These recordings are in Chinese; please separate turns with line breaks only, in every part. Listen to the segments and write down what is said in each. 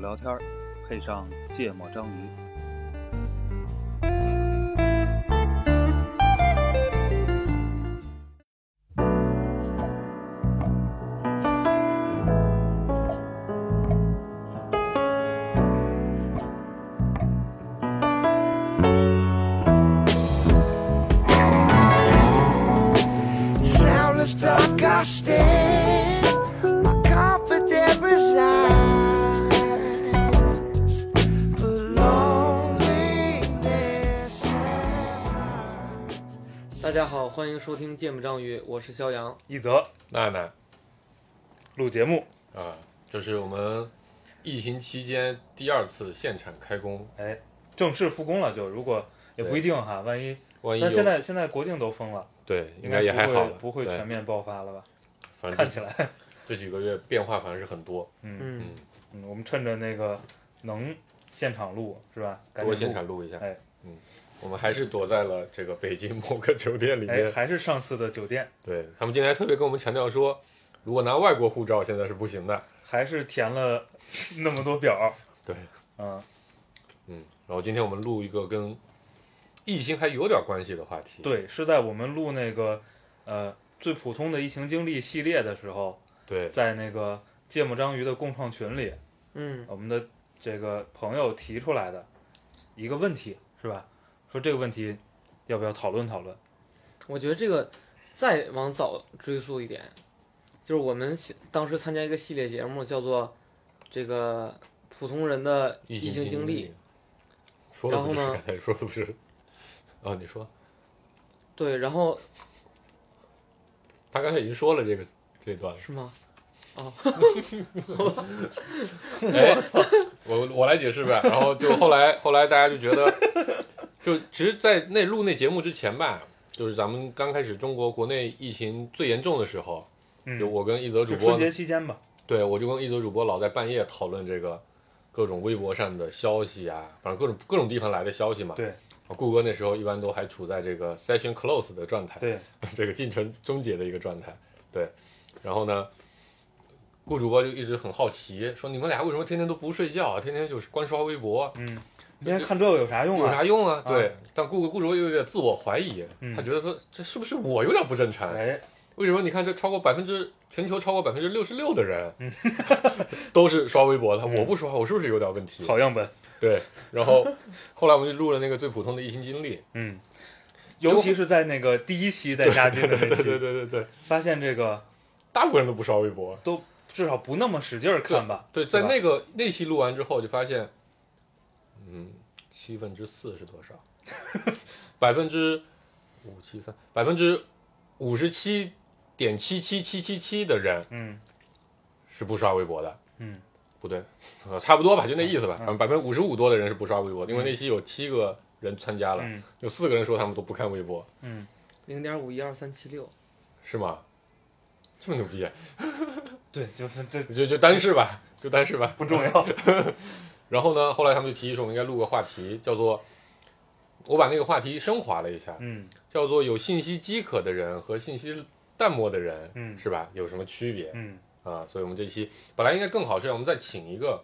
聊天，配上芥末章鱼。
sound as dark I stand. My confident resides, but loneliness has eyes.
大家好，欢迎收听《芥末章鱼》，我是肖阳。
一泽
娜娜
录节目，
啊，这是我们疫情期间第二次现场开工。
哎，正式复工了就，如果也不一定哈，万一，
万一有
但现在现在国境都封了，
对，应
应该
也还
不
好
会
了，
不会
对
全面爆发了吧？
反
看
正
起
这
来，
这几个月变化反正是很多，
嗯，
嗯，我们趁着那个能现场录是吧？赶
多
紧
现
录。
场录一下。
哎，
嗯，我们还是躲在了这个北京某个酒店里
哎，
面。
还是上次的酒店，
对他们今天还特别跟我们强调说，如果拿外国护照现在是不行的。
还是填了那么多表，
对，
嗯，
嗯，然后今天我们录一个跟疫情还有点关系的话题。
对，是在我们录那个呃最普通的疫情经历系列的时候，
对，
在那个芥末章鱼的共创群里，
嗯，
我们的这个朋友提出来的一个问题，是吧？说这个问题要不要讨论讨论？
我觉得这个再往早追溯一点，就是我们系当时参加一个系列节目，叫做这个普通人的疫
情
情经历。
历。说的不就
然
是
后呢
刚才说的不是？啊，你说。
对，然后
他刚才已经说了这个这
。
段了
是吗？
哎，我我来解释呗。然后就后来后来大家就觉得，就其实，在那录那节目之前吧，就是咱们刚开始中国国内疫情最严重的时候，
嗯
就我跟一泽主
就
播
春，节期间吧，
对我就跟一泽主播老在半夜讨论这个各种微博上的消息啊，反正各种各种地方来的消息嘛。
对
顾哥那时候一般都还处在这个 session close 的状态。
对，
这个进程终结的一个状态。对，然后呢，顾主播就一直很好奇，说你们俩为什么天天都不睡觉啊，天天就是光刷微博，
嗯，你天看这个有啥用
有啥
啊？
用啊？
啊
对，但顾顾主播又有点自我怀疑，
嗯
他觉得说这是不是我有点不正常？
哎，
为什么你看这超过百分之全球超过百分之六十六的人，都是刷微博的，我不刷，我是不是有点问题？
好样本，
对，然后后来我们就录了那个最普通的疫情经历，
嗯，尤其是在那个第一期带嘉 宾的
对
那
对对
期，
对对，
发现这个
大部分人都不刷微博，
都至少不那么使劲儿看吧。
对，
吧
在那个那期录完之后，就发现，嗯，七分之四是多少？ 百分之五七三，百分之五十七点七七七七七的人
嗯
是不刷微博的。
嗯，
不对，呃，差不多吧，就那意思吧。反正百分之五十五多的人是不刷微博的，因为那期有七个人参加了，
嗯
有四个人说他们都不看微博，
嗯，
零点五一二三七六，
是吗？这么牛逼，啊
对，就是这
就就单试吧，就单试吧。
不重要。
然后呢，后来他们就提议说，我们应该录个话题，叫做，我把那个话题升华了一下，
嗯
叫做有信息饥渴的人和信息淡漠的人，
嗯
是吧？有什么区别
嗯，
啊？所以我们这期本来应该更好是，我们再请一个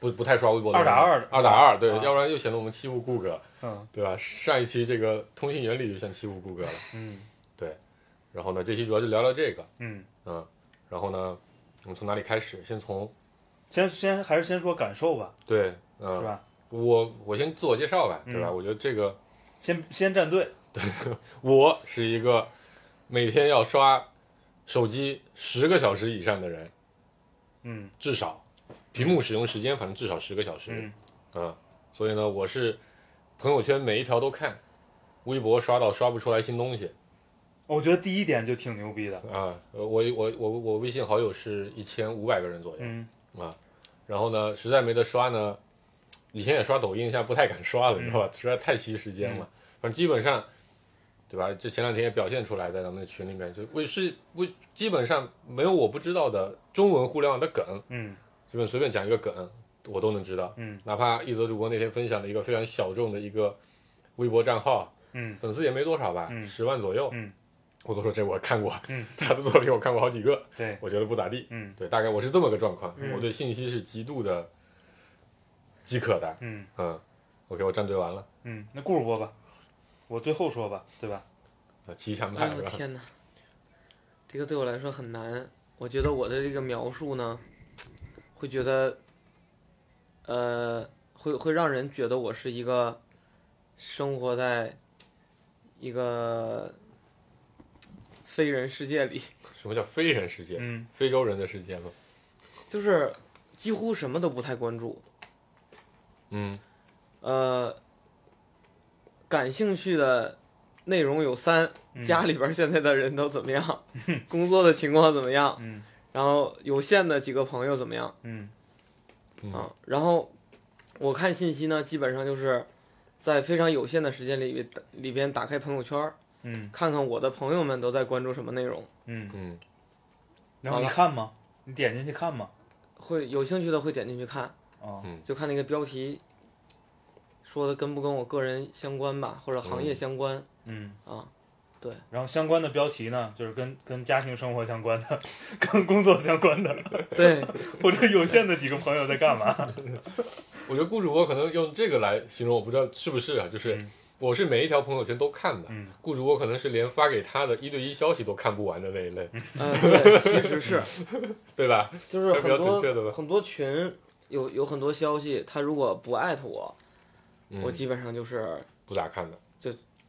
不不太刷微博的人
二打二的
二打二，对，
啊
要不然又显得我们欺负顾哥，
嗯
对吧？上一期这个通信原理就像欺负顾哥了，
嗯
对。然后呢，这期主要就聊聊这个，
嗯，
嗯，然后呢，我们从哪里开始？先从
先先还是先说感受吧，
对，嗯，
是？吧？
我我先自我介绍吧，对吧？
嗯
我觉得这个
先先站队，
我是一个每天要刷手机十个小时以上的人，
嗯。
至少屏幕使用时间反正至少十个小时，
嗯
啊所以呢，我是朋友圈每一条都看，微博刷到刷不出来新东西
我觉得第一点就挺牛逼的。
啊。呃我我我我微信好友是一千五百个人左右、
嗯
啊，然后呢，实在没得刷呢，以前也刷抖音，现在不太敢刷了，你知道吧？实在太吸时间了。反正基本上，对吧？这前两天也表现出来，在咱们的群里面，就微是微，基本上没有我不知道的中文互联网的梗，
嗯
随便随便讲一个梗，我都能知道。
嗯，
哪怕一则主播那天分享了一个非常小众的一个微博账号，
嗯
粉丝也没多少吧，
嗯
十万左右，
嗯，
我都说这我看过，
嗯，
他的作品我看过好几个，
对，
我觉得不咋地。
嗯
对，大概我是这么个状况，
嗯
我对信息是极度的即可的。
嗯
嗯，OK，我站队完了，
嗯，那故事播吧，我最后说吧，对吧？
啊，骑墙
哎
派
呦
是吧？
天哪，这个对我来说很难。我觉得我的这个描述呢，会觉得，呃，会会让人觉得我是一个生活在一个非人世界里，
什么叫非人世界？
嗯
非洲人的世界吗？
就是几乎什么都不太关注。
嗯
呃，感兴趣的内容有三：
嗯
家里边儿现在的人都怎么 样，工作的情况怎么样，
嗯
然后有限的几个朋友怎么样
嗯
嗯
啊？然后我看信息呢，基本上就是在非常有限的时间里边里边打开朋友圈儿，
嗯
看看我的朋友们都在关注什么内容，
嗯，
嗯
然后你
好了
看吗？你点进去看吗？
会有兴趣的会点进去看，
哦，
就看那个标题说的跟不跟我个人相关吧，或者行
哦
业相关、
嗯，
啊。
然后相关的标题呢，就是跟跟家庭生活相关的， 跟工作相关的，
对，
或者有限的几个朋友在干嘛？
我觉得雇主播可能用这个来形容，我不知道是不是啊，就是
嗯
我是每一条朋友圈都看的，
嗯
雇主播可能是连发给他的一对一消息都看不完的那一类，
嗯
呃，对，其实是。
对吧？
就是
还是比较
很
准确的
多
吧
很多群有有很多消息，他如果不艾特我，
嗯
我基本上就是
不咋看的，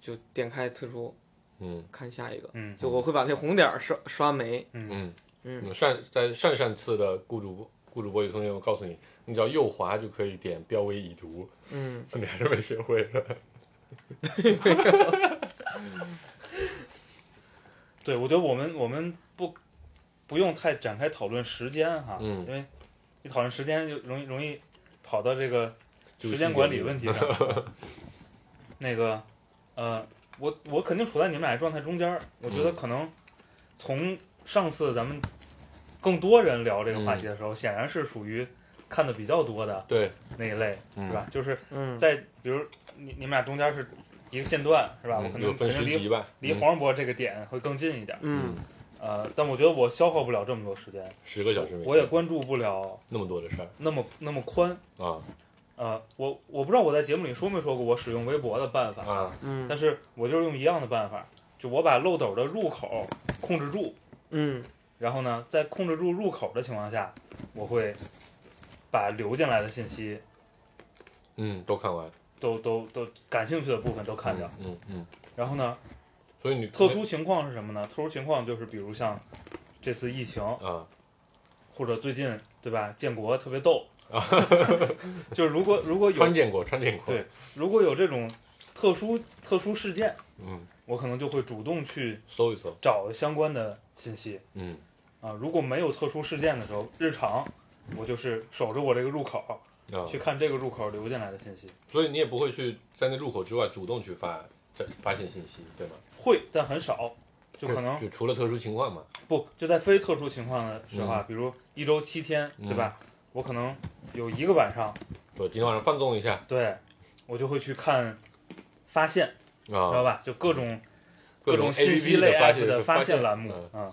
就点开退出，
嗯
看下一个。
嗯
就我会把那红点儿刷刷没。
嗯
嗯
嗯，上在上上次的雇主播雇主播有同学我告诉你，你只要右滑就可以点标为已读，
嗯，
你还是没学会的。
对，我觉得我们我们不不用太展开讨论时间哈，
嗯
因为一讨论时间就容易容易跑到这个
就
时
是
间管理 问题上。那个，呃，我我肯定处在你们俩状态中间儿，我觉得
嗯
可能从上次咱们更多人聊这个话题的时候，
嗯
显然是属于看的比较多的
对，
那一类，
嗯
是吧？就是
嗯，
在比如你你们俩中间是一个线段，是吧？我
嗯
可
有
能肯
分
定
十级
离
吧，
离
嗯
黄世博这个点会更近一点儿。
嗯，
呃，但我觉得我消耗不了这么多时间，
十个小时没看，
我也关注不了
那么多的事儿
那么那么宽。
啊
呃，我我不知道我在节目里说没说过我使用微博的办法，
啊，
嗯
但是我就是用一样的办法，就我把漏斗的入口控制住，
嗯
然后呢，在控制住入口的情况下，我会把流进来的信息
嗯，都看完，
都都都感兴趣的部分都看掉。
嗯嗯，
然后呢，
所以你
特殊情况是什么呢？特殊情况就是比如像这次疫情，
啊，
或者最近对吧，建国特别逗，就是如果如果有
穿建国，穿建国，
对如果有这种特殊特殊事件，
嗯，
我可能就会主动去
搜一搜，
找相关的信息
嗯
啊。如果没有特殊事件的时候，日常我就是守着我这个入口
啊，
去看这个入口流进来的信息，
所以你也不会去在那入口之外主动去发这发现信息，对吗？
会但很少，就可能
就除了特殊情况嘛，
不就在非特殊情况的时候
嗯
啊，比如一周七天对吧？我可能有一个晚上，
我今天晚上放纵一下
对我就会去看发现，知道
啊，
吧？就各种。
各
种信
APP
息类
的发
app 的
发
发现栏目
嗯，
嗯，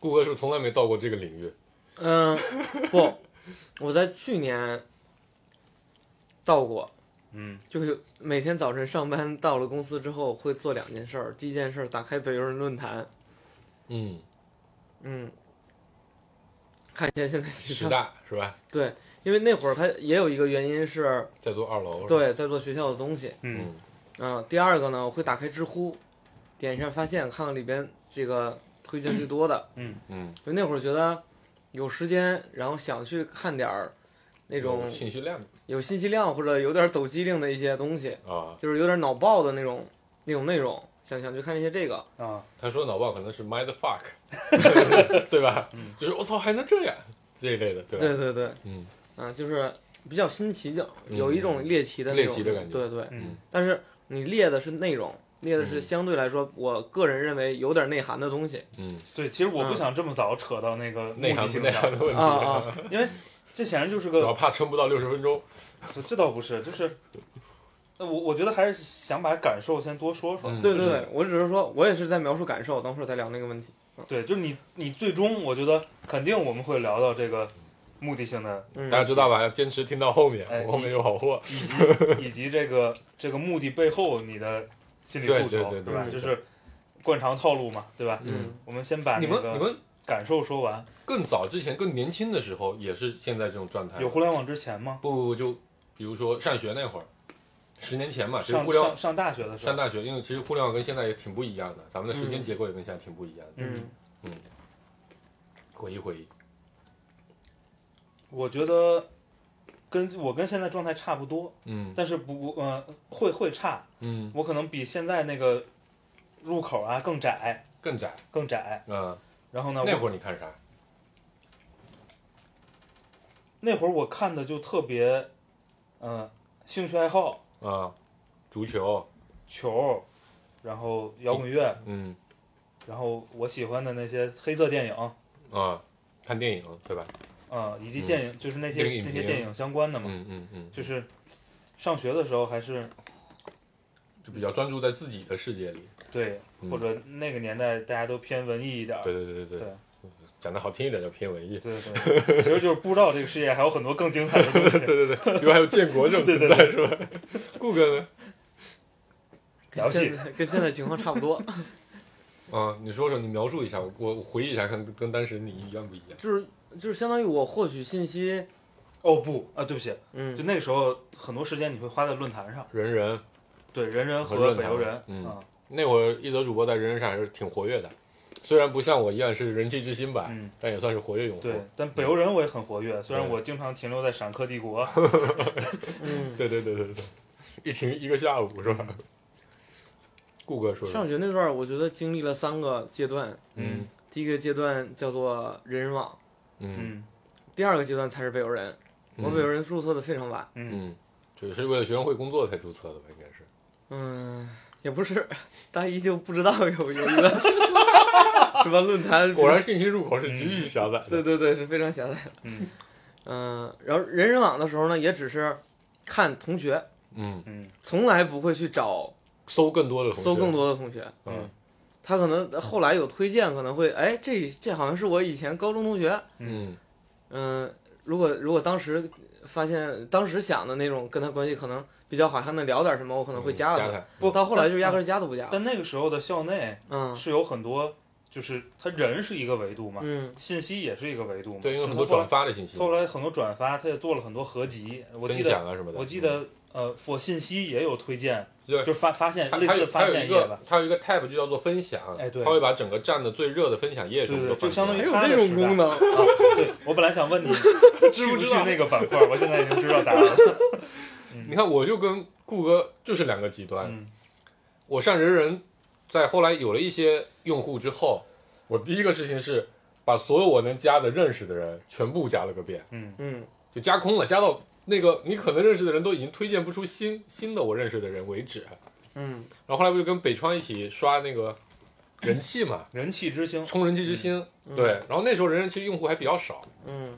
顾哥是不是从来没到过这个领域，
嗯，不，我在去年到过，
嗯，
就是每天早晨上班到了公司之后会做两件事儿，第一件事儿打开北邮人论坛，
嗯，
嗯，看一下现在学
十
校。
大是吧？
对，因为那会儿他也有一个原因是，
在做二楼，，
对，在做学校的东西。
嗯
嗯
啊、第二个呢，我会打开知乎，点一下发现，看看里边这个推荐最多的。
嗯，
就那会儿觉得有时间，然后想去看点儿那
这
种
信息量
有信息量或者有点抖机灵的一些东西，
啊，
嗯
就是有点脑爆的那种那种内容，想想去看一些这个。
啊，
他说脑爆可能是 mind fuck，对吧？
嗯
就是我操还能这样这一类的，对吧？
对对对，
嗯，
啊、就是比较新奇的，
嗯
有一种猎奇的那种
猎奇的感觉
对对，
嗯
但是你列的是内容，列的是相对来说，我个人认为有点内涵的东西。
嗯，
对，其实我不
嗯
想这么早扯到那个
内
目的
涵不
性
内涵
上，
的问
啊
题，
啊，
因为这显然就是
主要
个，
怕撑不到六十分钟。
这倒不是，就是，那我我觉得还是想把感受先多说说，
嗯
对
就
对
是
对，我只是说，我也是在描述感受，等会儿再聊那个问题。
对，就是你你最终我觉得肯定我们会聊到这个目的性的，
嗯
大家知道吧？要坚持听到后面，
哎
我后面有好货。
以及 以及这个这个目的背后你的心理
对
诉
对
求，
对
吧？
对
就是惯常套路嘛，对吧？
嗯
我们先把
你
那
们你
个
们
感受说完。
更早之前更年轻的时候也是现在这种状态吗，
有互联网之前吗？
不不不就比如说上学那会儿，十年前嘛，其实
上
互联网
上上大学的时
上
候，
大学，因为其实互联网跟现在也挺不一样的，咱们的时间
嗯
结构也跟现在挺不一样的。
嗯，
回忆回忆，
我觉得跟我跟现在状态差不多，
嗯
但是不不呃会会差，
嗯，
我可能比现在那个入口啊更窄
更窄
更窄。
啊。
然后呢，
那
我
会儿你看啥？
那会儿我看的就特别，嗯、兴趣爱好
啊，足球，
球，然后摇滚乐，
嗯
然后我喜欢的那些黑色电影，
啊，看电影对吧？
嗯、以及电影、就是那些
电影
那些
影评
电影相关的嘛，
嗯嗯嗯，
就是上学的时候还是
就比较专注在自己的世界里。
对，
嗯
或者那个年代大家都偏文艺一点儿，
对对对对
啊对，。
讲的好听一点叫偏文艺
对对对，其实就是不知道这个世界还有很多更精彩的东西。
对对对，比如还有建国这种
对
存
对
在是吧？顾哥呢？
跟
了解
现在跟现在情况差不 多，
啊，你说说，你描述一下，我我回忆一下，看跟当时你一样不一样？
就是就是相当于我获取信息，
哦不啊，对不起，
嗯
就，那个时候很多时间你会花在论坛上，
人人
对，人人
和
和
论
北
坛
邮人，
嗯
啊
那会儿，一则主播在人人上还是挺活跃的，虽然不像我一样是人气之星吧，
嗯
但也算是活跃用户。
对，但北邮人我也很活跃，虽然
对
我经常停留在闪客帝国，
嗯，
对对对对 对，一停一个下午是吧？顾哥说的，
上学那段儿我觉得经历了三个阶段，
嗯
第一个阶段叫做人人网，
嗯
嗯
第二个阶段才是北邮人，我
嗯
北邮人注册的非常晚，
嗯，
嗯，就是为了学生会工作才注册的吧，应该是。
嗯，也不是， 大一就不知道有有一 个什么论坛，
果然信息入口是极其狭窄的。
嗯对对对，是非常狭窄的。
嗯
嗯，然后人人网的时候呢，也只是看同学，
嗯，
嗯
从来不会去找
搜更多的同学，
搜更。多的同学。
嗯
他可能后来有推荐，可能会哎，这这好像是我以前高中同学。
嗯
嗯，如果如果当时发现当时想的那种跟他关系可能比较好，还能聊点什么，我可能会加了
嗯加
他。
他。
不
到后来就
嗯
压根儿加都不加了。
但那个时候的校内
嗯
是有很多，就是他人是一个维度嘛，
嗯
信息也是一个维度嘛，
对，因为很
很
多
后
转
来
发的信息，
后来很多转发，他也做了很多合集，我
分
记得
享啊什么的。
我记得呃，for 信息也有推荐，
对
就发发现
它
类
它
似
有
发
它有
现
一
页吧
个，它有一个 tab 就叫做分享，
哎对
它会把整个站的最热的分享页什么
对对，
都
就相
放进
有
当于它的
来。
这种
时代
功能
啊对，我本来想 问你去不
知
去
道
那个板块，我现在已经知道答案了。
你看，我就跟顾哥就是两个极端，
嗯
我上人人，在后来有了一些用户之后，我第一个事情是把所有我能加的认识的人全部加了个遍，
嗯
嗯
就加空了，加到那个你可能认识的人都已经推荐不出新新的我认识的人为止。
嗯
然后后来不就跟北川一起刷那个人气嘛，
人气之星，
冲人气之星，
嗯
对。然后那时候人人其实用户还比较少，
嗯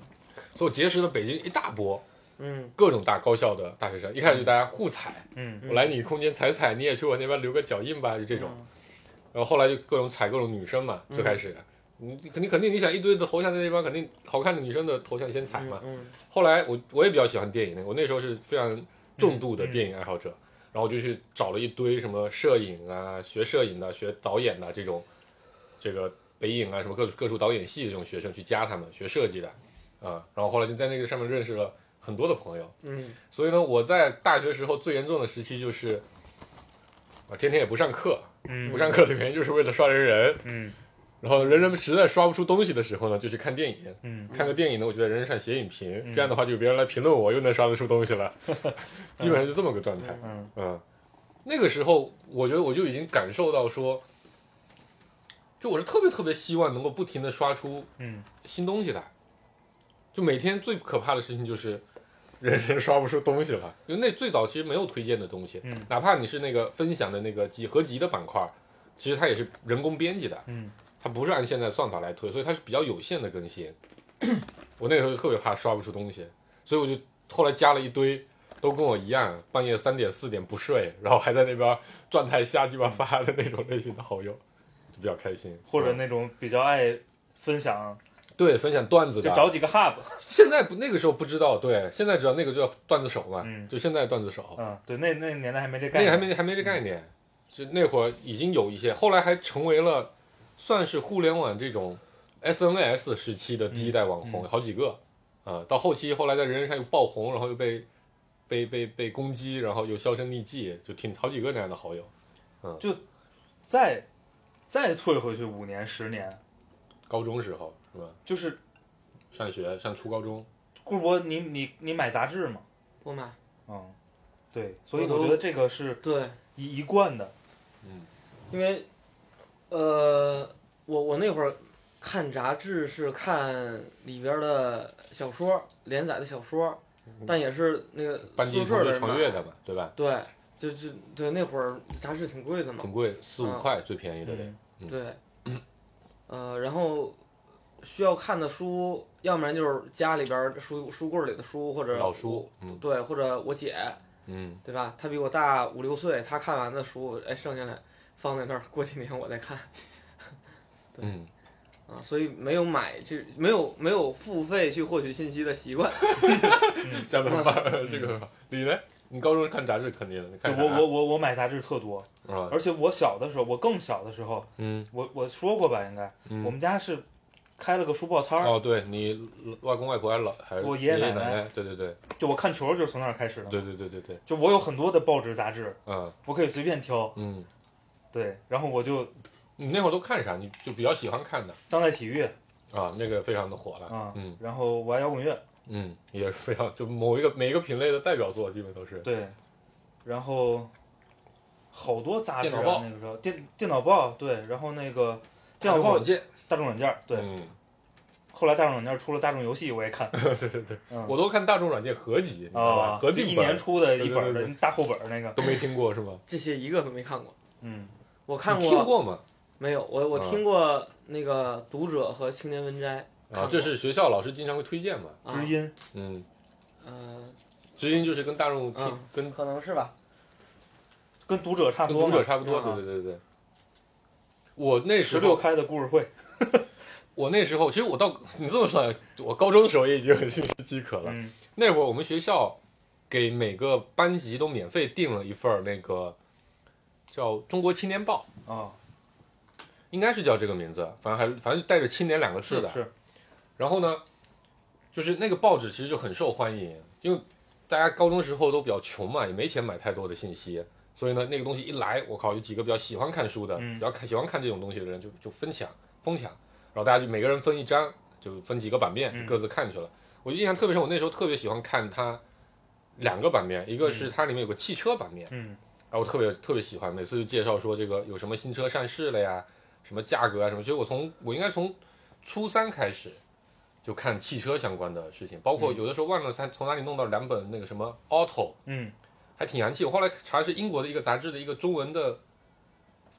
所以我结识了北京一大波
嗯
各种大高校的大学生。一开始就大家互踩，
嗯嗯
我来你空间踩踩，你也去我那边留个脚印吧，就这种。然后后来就各种踩各种女生嘛，最开始，
嗯
你肯定肯定你想一堆的头像在那边，肯定好看的女生的头像先踩嘛。
嗯
后来我我也比较喜欢电影，我那时候是非常重度的电影爱好者，然后我就去找了一堆什么摄影啊、学摄影的、学导演的这种，这个北影啊什么各各处导演系的这种学生去加他们学设计的，啊、然后后来就在那个上面认识了很多的朋友。
嗯
所以呢，我在大学时候最严重的时期就是，啊，天天也不上课，
嗯
不上课的原因就是为了刷人人，
嗯
然后人人实在刷不出东西的时候呢，就去看电影。
嗯
看个电影呢，我就在人人上写影评，这样的话就有别人来评论我，又能刷得出东西 了，基本上就这么个状态。
嗯
嗯，那个时候我觉得我就已经感受到说，就我是特别特别希望能够不停的刷出
嗯，
新东西来。就每天最可怕的事情就是人 人刷不出东西了，因为那最早其实没有推荐的东西，
嗯
哪怕你是那个分享的那个集合集的板块，其实它也是人工编辑的，
嗯，
它不是按现在算法来推，所以它是比较有限的更新。 我那时候就特别怕刷不出东西，所以我就后来加了一堆。都跟我一样，半夜三点四点不睡，然后还在那边状态瞎鸡巴发的那种类型的好友，就比较开心。
或者
嗯
那种比较爱分享
对分享段子的，
就找几个 hub，
现在不那个时候不知道，对，现在知道那个叫段子手嘛，
嗯
就现在段子手，
嗯，对，那那年代还没这概
那
念，
个还没还没这概念，就那会儿已经有一些，后来还成为了算是互联网这种 SNS 时期的第一代网
嗯
红，
嗯
好几个啊、到后期后来在人人上又爆红，然后又被被被被攻击，然后又销声匿迹，就挺好几个那样的好友，
再再退回去五年十年，
高中时候是吧？
就是
上学上初高中，
顾博，你你你买杂志吗？
我买，
嗯，对，所以
我都
我觉得这个是
对，
一一贯的，
因为，呃，我我那会儿看杂志是看里边的小说，连载的小说，但也是那个
嗯班级
宿
同
舍的
学
人
传阅
买
的嘛，对吧？
对，就就对那会儿杂志挺贵的嘛
挺，贵，四五
嗯
块最便宜的得。
嗯
对，呃，然后需要看的书，要不然就是家里边儿书书柜里的书，或者
老书，嗯
对，或者我姐，
嗯，
对吧？她比我大五六岁，她看完的书，哎，剩下来放在那儿，过几年我再看。对
嗯，
啊，所以没有买这没有没有付费去获取信息的习惯。
加班班儿这个你呢？你高中看杂志肯定的，你
对
看
我我我我买杂志特多，
我啊，
而且我小的时候，我更小的时候，
嗯，
我我说过吧，应该
嗯
我们家是开了个书报摊儿，
哦，对你外公外婆还是老还是
我爷爷
爷
奶
奶
奶
对对对
就我看球儿就是从那儿开始的，
对对对对对，
就我有很多的报纸杂志，
嗯
我可以随便挑，
嗯，
对，然后我就
你那会儿都看啥？你就比较喜欢看的
当代体育，
啊，那个非常的火了，
啊
嗯
然后玩摇滚乐，
嗯，也是非常就某一个每一个品类的代表作，基本都是
对，然后好多杂志、啊，
电脑报
那个时候电电脑报，对，然后那个电脑
大众
报
软件，
大众软件儿，对，
嗯
后来大众软件儿出了大众游戏，我也 看，
对对对，
嗯
我都看大众软件合集，你知道吧？
啊，
合
就
订
一
本
年出的
对
一
对
本儿
对
的大厚本儿那个，
都没听过是吗？
这些一个都没看过，
嗯，
我看
你听过吗？
没有？我我
啊
听过那个《读者》和《青年文摘》看过，
啊这是学校老师经常会推荐嘛，
啊
知，音，
嗯，
嗯，
知音就是跟大众
嗯
跟
可能是吧。
跟读者差不多
跟读者
嘛，
差不多，
啊
对对对对。我那时
十六
候，
开的故事会，
我那时候其实我到你这么算，我高中的时候也已经很心饥渴了。
嗯
那会儿我们学校给每个班级都免费订了一份儿那个叫《中国青年报
啊，》，
应该是叫这个名字，反正还反正带着“青年”两个字的。
是，
然后呢，就是那个报纸其实就很受欢迎，因为大家高中时候都比较穷嘛，也没钱买太多的信息，所以呢，那个东西一来，我靠，有几个比较喜欢看书的，
嗯
比较看喜欢看这种东西的人就就分享疯抢，然后大家就每个人分一张，就分几个版面，
嗯
各自看去了。我就印象特别深，我那时候特别喜欢看它两个版面，一个是它里面有个汽车版面，
嗯
然后特别特别喜欢，每次就介绍说这个有什么新车上市了呀，什么价格啊什么。其实我从我应该从初三开始就看汽车相关的事情，包括有的时候忘了他从哪里弄到两本那个什么 Auto，
嗯
还挺洋气。我后来查是英国的一个杂志的一个中文的，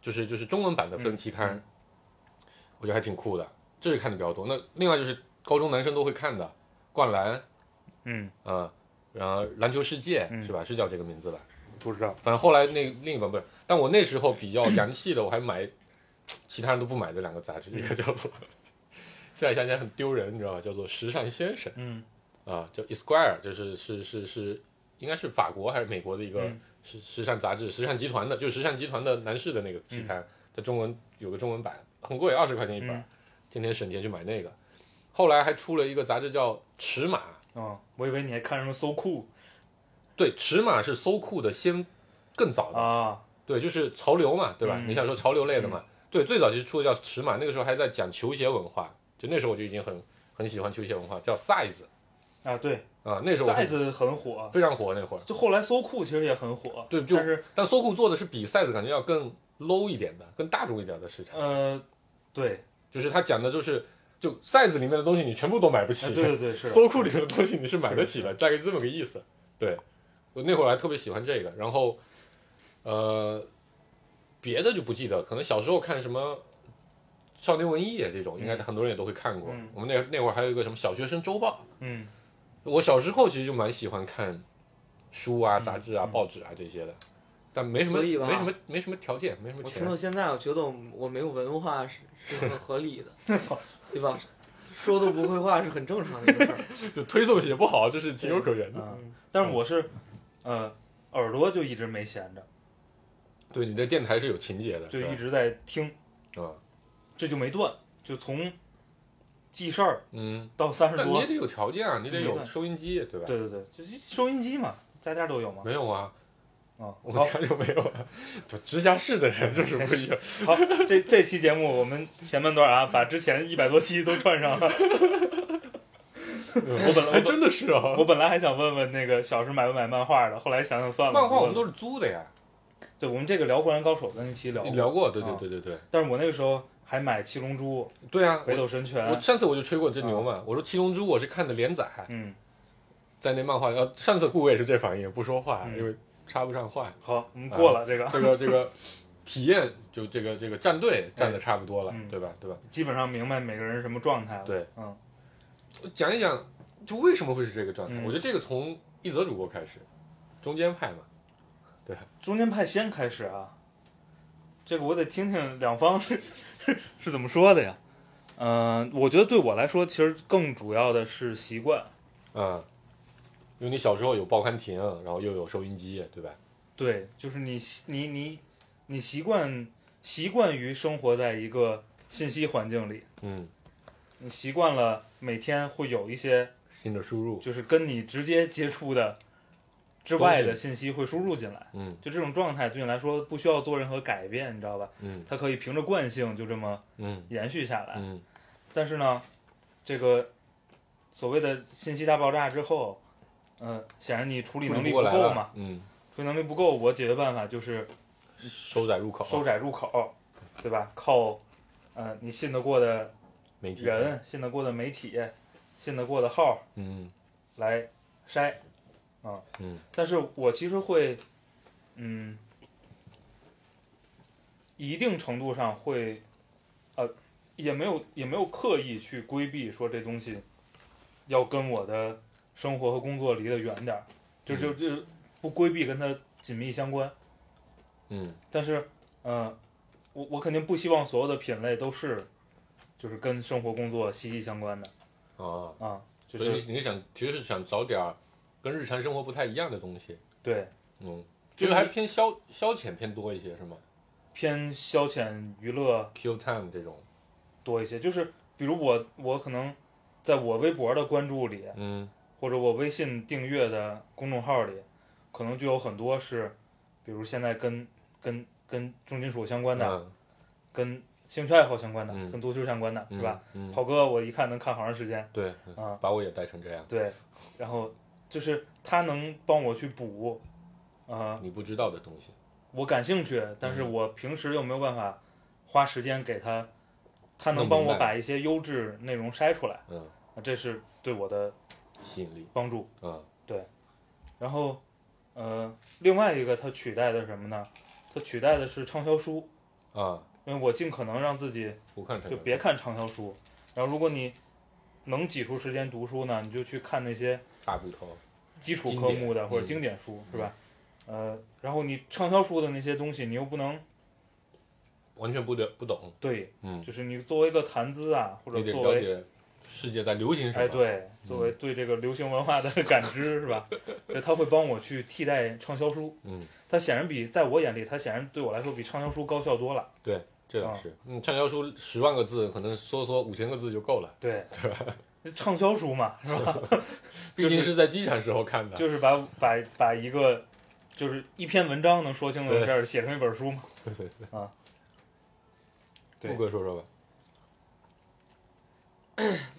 就是就是中文版的分期刊，
嗯
我觉得还挺酷的，这是看的比较多。那另外就是高中男生都会看的《灌篮》
嗯，
啊、然后《篮球世界》
嗯
是吧？是叫这个名字吧？
不知道，
反正后来那另一本不是，但我那时候比较洋气的，我还买其他人都不买的两个杂志，一个叫做 现在想起来很丢人，你知道吧？叫做《时尚先生
嗯》
啊，叫 Esquire，就是是是是，应该是法国还是美国的一个
嗯
时时尚杂志，时尚集团的，就是时尚集团的男士的那个期刊，在中文有个中文版，很贵，二十块钱一本，
嗯
天天省钱去买那个。后来还出了一个杂志叫《尺码》，
哦，我以为你还看什么搜酷
对，《尺码》是搜酷的先更早的
啊，
对，就是潮流嘛，对吧？
嗯
你想说潮流类的嘛？对，最早其实出的叫尺码，那个时候还在讲球鞋文化，就那时候我就已经很很喜欢球鞋文化，叫 size
啊，对
啊，那时候我很
，size 很火，
非常火那会儿。
就后来搜酷其实也很火，
对就
但是
但搜酷做的是比 size 感觉要更 low 一点的，更大众一点的市场，
呃，对，
就是他讲的就是就 size 里面的东西你全部都买不
啊
起，
对对对，是的，
搜库里面的东西你是买得起的，大概是这么个意思。对，我那会儿还特别喜欢这个，然后，呃，别的就不记得，可能小时候看什么《少年文艺》啊这种，应该很多人也都会看过。
嗯
我们那那会儿还有一个什么《小学生周报》，
嗯，
我小时候其实就蛮喜欢看书啊、
嗯
杂志啊、
嗯
报纸啊这些的，但没什么
所以吧
没什么没什么条件，没什么
我听
钱
到。现在，我觉得我我没有文化是是很合理的，对吧？说都不会话是很正常的一个事儿。
就推送写不好，这是情有可原的。
嗯，但是我是，呃，耳朵就一直没闲着，
对，你的电台是有情节的，
就是
吧
一直在听，
啊，
这就没断，就从记事儿
嗯，
到三十
但你
多
也，得有条件啊，你得
没
有
断
收音机，对吧？
对对对，就是收音机嘛，家家都有嘛。
没有啊，
啊，
我
好，
家就没有啊。就直辖市的人就是不 一样。
好，这这期节目我们前半段啊， 把之前一百多期都串上了。 我本来我
还
本
真的是啊
我。本来还想问问那个小时候买不买漫画的，后来想想算了。
漫画我们
不
都是租的呀，
问了对我们这个聊《灌篮高手》的那期聊
你，聊过，对对
啊
对对对
但是我那个时候还买《七龙珠》
对啊。
《北
我
斗啊神拳
我》，上次我就吹过这牛嘛，我说《七龙珠》我是看的连载，
嗯，
在那漫画，呃，上次顾伟也是这反应，不说话，
嗯
因为插不上话。
好，我们过了这个，
这个这个体验，就这个这个战队站的差不多了
嗯，
对吧？对吧？
基本上明白每个人什么状态了。
对，
嗯，
讲一讲，就为什么会是这个状态？
嗯
我觉得这个从一泽主播开始，中间派嘛，
中间派先开始啊，这个我得听听两方是是怎么说的呀。嗯、我觉得对我来说，其实更主要的是习惯。
嗯，因为你小时候有报刊亭，然后又有收音机，对吧？
对，就是你习你你你习惯习惯于生活在一个信息环境里，
嗯，
你习惯了每天会有一些
新的输入，
就是跟你直接接触的之外的
东
信息会输入进来，
嗯
就这种状态对你来说不需要做任何改变，你知道吧？
嗯
它可以凭着惯性就这么
嗯
延续下来。
嗯
但是呢，这个所谓的信息大爆炸之后，嗯、显然你处理能力
不过来
够
了
嘛，，
嗯，
处理能力不够，我解决办法就是
收窄入口，
收窄入口，对吧？靠，呃，你信得过的
媒体，
人、信得过的媒体、信得过的号
嗯
来筛，啊，
嗯，
但是我其实会，嗯，一定程度上会，呃，也没有也没有刻意去规避说这东西要跟我的生活和工作离得远点儿，就就就不规避跟它紧密相关。
嗯
但是，嗯、我我肯定不希望所有的品类都是，就是跟生活工作息息相关的
啊，
啊，就
所以
是
你你想其实是想找点儿跟日常生活不太一样的东西，
对，
嗯，
就
就是是还
你
偏消消遣偏多一些是吗
偏消遣娱乐
？Q time 这种，
多一些。就是比如我我可能在我微博的关注里，
嗯
或者我微信订阅的公众号里，可能就有很多是，比如现在跟跟跟重金属相关的，
嗯
跟兴趣爱好相关的，
嗯
跟足球相关的，
嗯
是吧？？
嗯，
跑哥，我一看能看好长时间，
对，嗯
啊
把我也带成这样，
对，然后就是他能帮我去补，呃，
你不知道的东西，
我感兴趣，但是
嗯
我平时又没有办法花时间给他，他能
弄
帮
明
我
白
把一些优质内容筛出来，
嗯，
啊这是对我的
吸引力，
帮助。
嗯
然后，呃，另外一个它取代的是什么呢？它取代的是畅销书，
啊，
因为我尽可能让自己
不看成
就别看畅销书。然后，如果你能挤出时间读书呢，你就去看那些
大部头，
基础科目的
经典嗯
或者经典书，是吧？呃，然后你畅销书的那些东西，你又不能
完全不了不懂，
对，
嗯，
就是你作为一个谈资啊，或者
你得
作
了
为
解嗯世界在流行什么，
哎，对，作为对这个流行文化的 感知是吧？所以它会帮我去替代畅销书。
嗯，
它显然比在我眼里，它显然对我来说比畅销书高效多了。
对，这
啊
倒是，嗯，畅销书十万个字，可能说说五千个字就够了，
对，对 畅销书嘛，是吧？
毕竟是在机场时候看的，
就是把把把一个就是一篇文章能说清楚的
对
事儿写成一本书嘛。对
顾哥说说吧，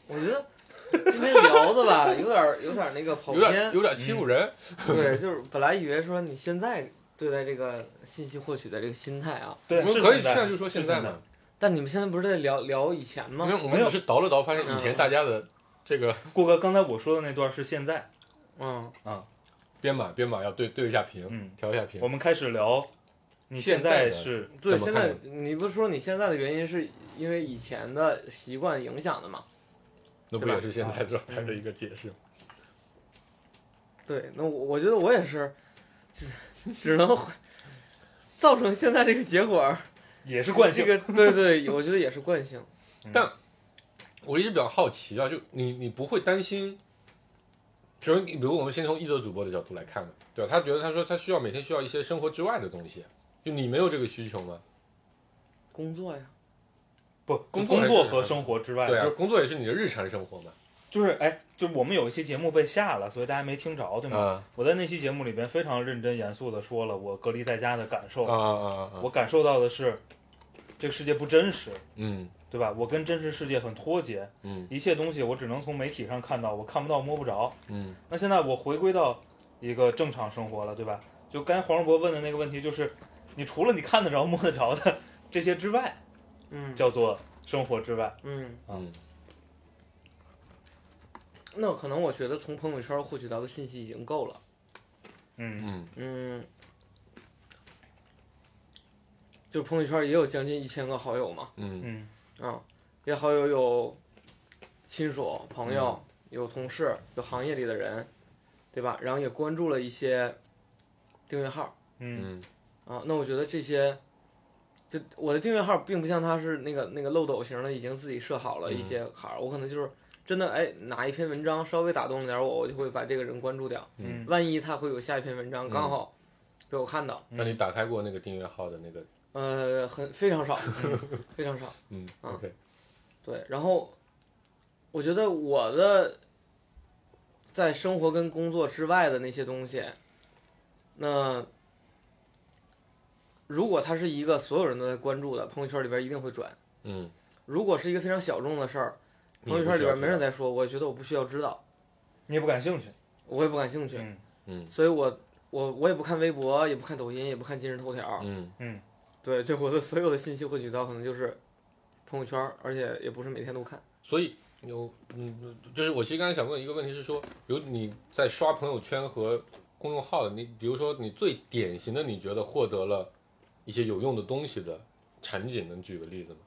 我觉得今天聊的吧，有点儿有点儿那个跑
有点
偏
有，
嗯
点欺负人，
对，就是本来以为说你现在对待这个信息获取的这个心态啊，
对，
我们
是
可以
现在
现在就说现在
是
嘛，
但你们现在不是在聊聊以前吗
因为？我
没
们
有
只是倒了倒，发现以前大家的这个
顾哥，刚才我说的那段是现在，
嗯，
编码编码要对对一下屏，
嗯，
调一下屏
我，们开始聊，你
现在
在
的
是
对，
怎么
现
看
在
呢
你不是说你现在的原因是因为以前的习惯影响的嘛？
那不
对吧
也是
啊
现在状态的一个解释吗？
对，那我我觉得我也是，只只能回造成现在这个结果儿，
也是惯性
这，个对对，我觉得也是惯性。
我一直比较好奇啊，就你你不会担心，就是你比如我们先从一则主播的角度来看嘛，对吧？他觉得他说他需要每天需要一些生活之外的东西，就你没有这个需求吗？
工作呀，
不，
工
工
作还是
作和生活之外，
对啊，
哎就
工作也是你的日常生活嘛。
就是哎，就是我们有一期节目被下了，所以大家没听着，对吗？
啊
我在那期节目里边非常认真严肃的说了我隔离在家的感受，
啊啊啊啊！
我感受到的是这个世界不真实，
嗯
对吧？我跟真实世界很脱节，
嗯
一切东西我只能从媒体上看到，我看不到摸不着。
嗯
那现在我回归到一个正常生活了，对吧？就刚才黄世博问的那个问题，就是你除了你看得着、摸得着的这些之外，
嗯
叫做生活之外，
嗯，
嗯
那可能我觉得从朋友圈获取到的信息已经够了。
嗯，
嗯
嗯，就是朋友圈也有将近一千个好友嘛，
嗯
嗯
啊，这些好友有亲属、朋友、有同事、有行业里的人，对吧？然后也关注了一些订阅号
嗯
嗯
啊。那我觉得这些，就我的订阅号并不像他是那个那个漏斗型的，已经自己设好了一些坎儿。我可能就是真的哎，哪一篇文章稍微打动了点我，我就会把这个人关注掉。
嗯，
万一他会有下一篇文章刚好被我看到。
那你打开过那个订阅号的那个？
呃，很非常少，非常少。
嗯
啊
，OK，
对，然后我觉得我的在生活跟工作之外的那些东西，那如果它是一个所有人都在关注的，朋友圈里边一定会转；
嗯，
如果是一个非常小众的事儿，
你
朋友圈里边没人
在。
在说，我也觉得我不需要知道，
你也不感兴趣，
我也不感兴趣，
嗯
嗯
所以我我我也不看微博，也不看抖音，也不看今日头条，
嗯
对，就我的所有的信息获取到可能就是朋友圈，而且也不是每天都看。
所以有嗯，就是我其实刚才想问一个问题是说，比如你在刷朋友圈和公众号的，你比如说你最典型的，你觉得获得了一些有用的东西的产品，能举个例子吗？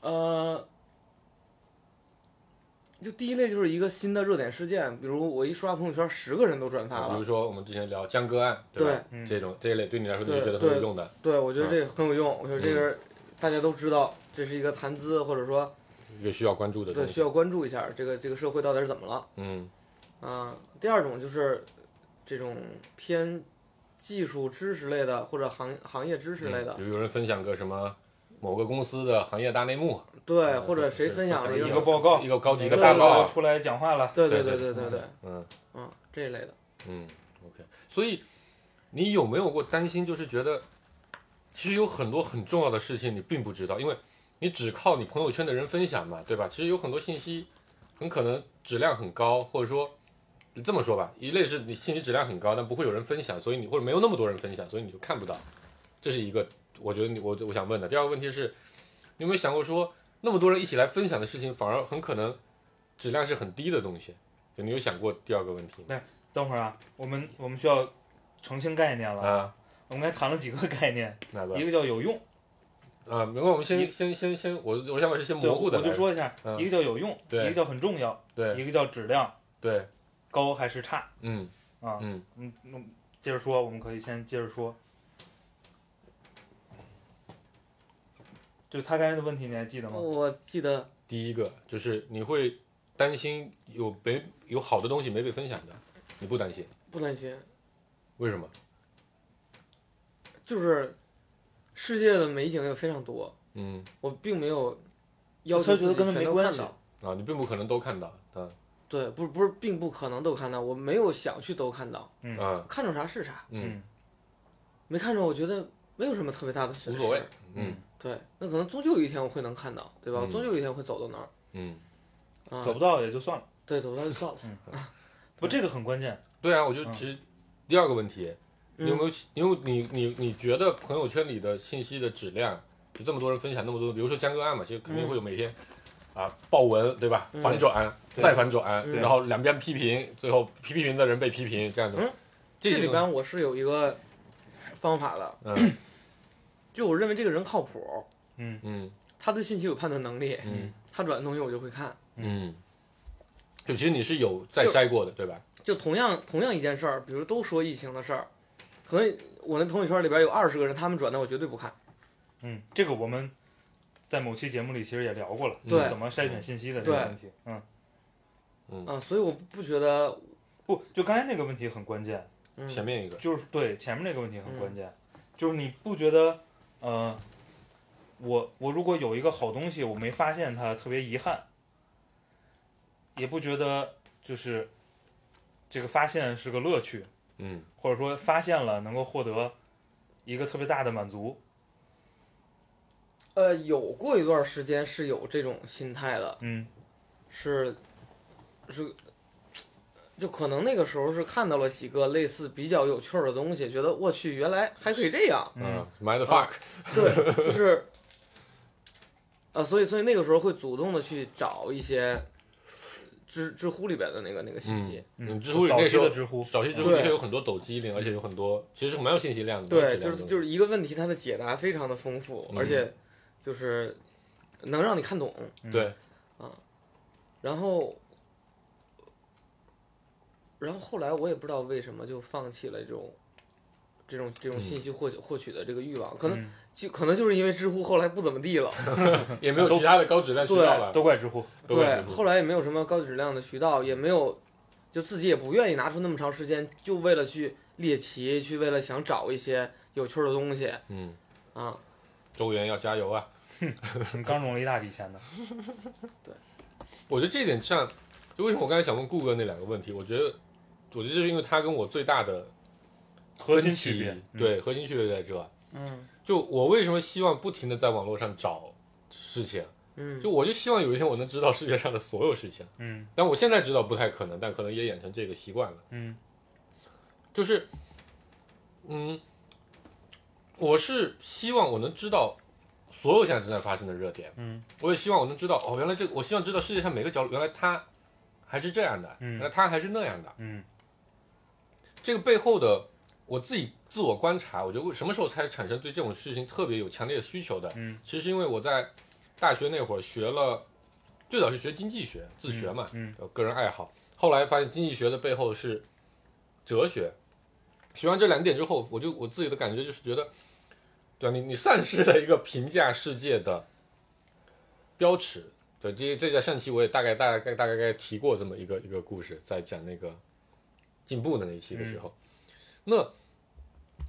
呃，就第一类就是一个新的热点事件，比如我一刷朋友圈，十个人都转发
比如
了，
说我们之前聊江歌案，吧？
对嗯
这种这一类对你来说你
对
就觉得很有用的
对我觉得这个很有用。我觉得这个大家都知道，这是一个谈资，或者说
一个需要关注的
对
东
需
西。
要关注一下这个这个社会到底是怎么了
嗯
啊、第二种就是这种偏技术知识类的或者行行业知识类的
嗯比，如有人分享个什么某个公司的行业大内幕，
对，
嗯
或者谁分享了
对
一
对
一
对
个
个，
报告，
一个高级
哪
的
个
报告
报告，出来讲话了，
对
对
对
对
对对，
嗯
嗯，这一类的，
嗯，OK。所以你有没有过担心，就是觉得其实有很多很重要的事情你并不知道，因为你只靠你朋友圈的人分享嘛，对吧？其实有很多信息很可能质量很高，或者说你这么说吧，一类是你信息质量很高，但不会有人分享，所以你或者没有那么多人分享，所以你就看不到。这是一个我觉得你我我想问的。第二个问题是，你有没有想过说，那么多人一起来分享的事情，反而很可能质量是很低的东西？就你有想过第二个问题吗？
等会儿啊，我们我们需要澄清概念了。
啊，
我们刚才谈了几个概念，
哪个？
一个叫有用，
啊，没关系，我们
一
先先先先，我我想把这些
对，
模糊
我
的来，
就说一下，
嗯
一个叫有用，
对
一个叫很重要，
对
一个叫质量
对，
高还是差
嗯
啊。
嗯
嗯，那么接着说，我们可以先接着说。就他刚才的问题，你还记得吗？
我记得
第一个就是你会担心有没有好的东西没被分享的，你不担心，
不担心，
为什么？
就是世界的美景有非常多，
嗯
我并没有要求
他觉
自
得
己
跟他
全
没
都
关
看
系
到。
啊，你并不可能都看到，啊
对，不是不是，并不可能都看到，我没有想去都看到，
嗯
啊
看中啥是啥，
嗯，
没看中我觉得没有什么特别大的损
无
失
所谓，嗯
对，那可能终究有一天我会能看到，对吧？
嗯
我终究有一天会走到那儿
嗯，嗯
啊。
走不到也就算了。
对，走不到就 算了。
不，这个很关键。
对啊，我就
嗯
其实第二个问题，你有没
嗯，
有因为你你你觉得朋友圈里的信息的质量，就这么多人分享那么多，比如说江歌案嘛，其实肯定会有每天、啊爆文对吧？
嗯
反转、
对
再反转，
对
然后两边批评，最后批评的人被批评，这样子。
嗯
这
这
些
里
东西
边我是有一个方法的，
嗯
就我认为这个人靠谱，
嗯
嗯
他对信息有判断能力，
嗯
他转的东西我就会看。
嗯，就其实你是有再筛过的对吧？
就同样同样一件事儿，比如都说疫情的事儿，可能我那朋友圈里边有二十个人，他们转的我绝对不看。
嗯，这个我们在某期节目里其实也聊过了，
对
怎么筛选信息的这个
对
问题。嗯，
啊，所以我不觉得，
不，就刚才那个问题很关键，
嗯，
前面一个，
就是对前面那个问题很关键，就是你不觉得，呃，我我如果有一个好东西，我没发现它，特别遗憾，也不觉得就是这个发现是个乐趣，
嗯，
或者说发现了能够获得一个特别大的满足，
呃，有过一段时间是有这种心态的，
嗯
是是，就可能那个时候是看到了几个类似比较有趣儿的东西，觉得我去，原来还可以这样，
嗯，mind fuck，
对，就是，啊，所以所以那个时候会主动的去找一些知知乎里边的那个那个信息，
嗯，知
就
乎里
早
那
期
时候
的知乎，
早期知乎
对
的确有很多抖机灵，而且有很多其实蛮有信息量的，
对，就是就是是一个问题，它的解答非常的丰富，
嗯
而且就是能让你看懂，
嗯
对，
然后。然后后来我也不知道为什么就放弃了这种，这种这种信息获取获取的这个欲望，可能
嗯
就可能就是因为知乎后来不怎么地了，
也没有其他的高质量渠道了，
都怪知乎，
都
对
关，注
后来也没有什么高质量的渠道，也没有，就自己也不愿意拿出那么长时间，就为了去猎奇，去为了想找一些有趣儿的东西
嗯，
啊。
周元要加油啊！
你刚融了一大笔钱呢，
我觉得这一点上，就为什么我刚才想问顾哥那两个问题，我觉得，我觉得就是因为他跟我最大的
核心
分
区
歧
别，嗯，
对，核心区别在这。
嗯
就我为什么希望不停的在网络上找事情，
嗯
就我就希望有一天我能知道世界上的所有事情，
嗯
但我现在知道不太可能，但可能也养成这个习惯了。
嗯
就是，嗯，我是希望我能知道所有现在正在发生的热点，
嗯，
我也希望我能知道哦，原来这个，我希望知道世界上每个角落，原来它还是这样的，
嗯
原来它还是那样的。
嗯
这个背后的我自己自我观察，我觉得为什么时候才产生对这种事情特别有强烈的需求的？
嗯，
其实是因为我在大学那会儿学了，最早是学经济学，自学嘛，
嗯
有个人爱好。后来发现经济学的背后是哲学。学完这两点之后，我就我自己的感觉就是觉得，对啊吧、你你丧失了一个评价世界的标尺。对，这这在上期我也大概大概大概大概提过这么一个一个故事，在讲那个进步的那一期
嗯
的时候，那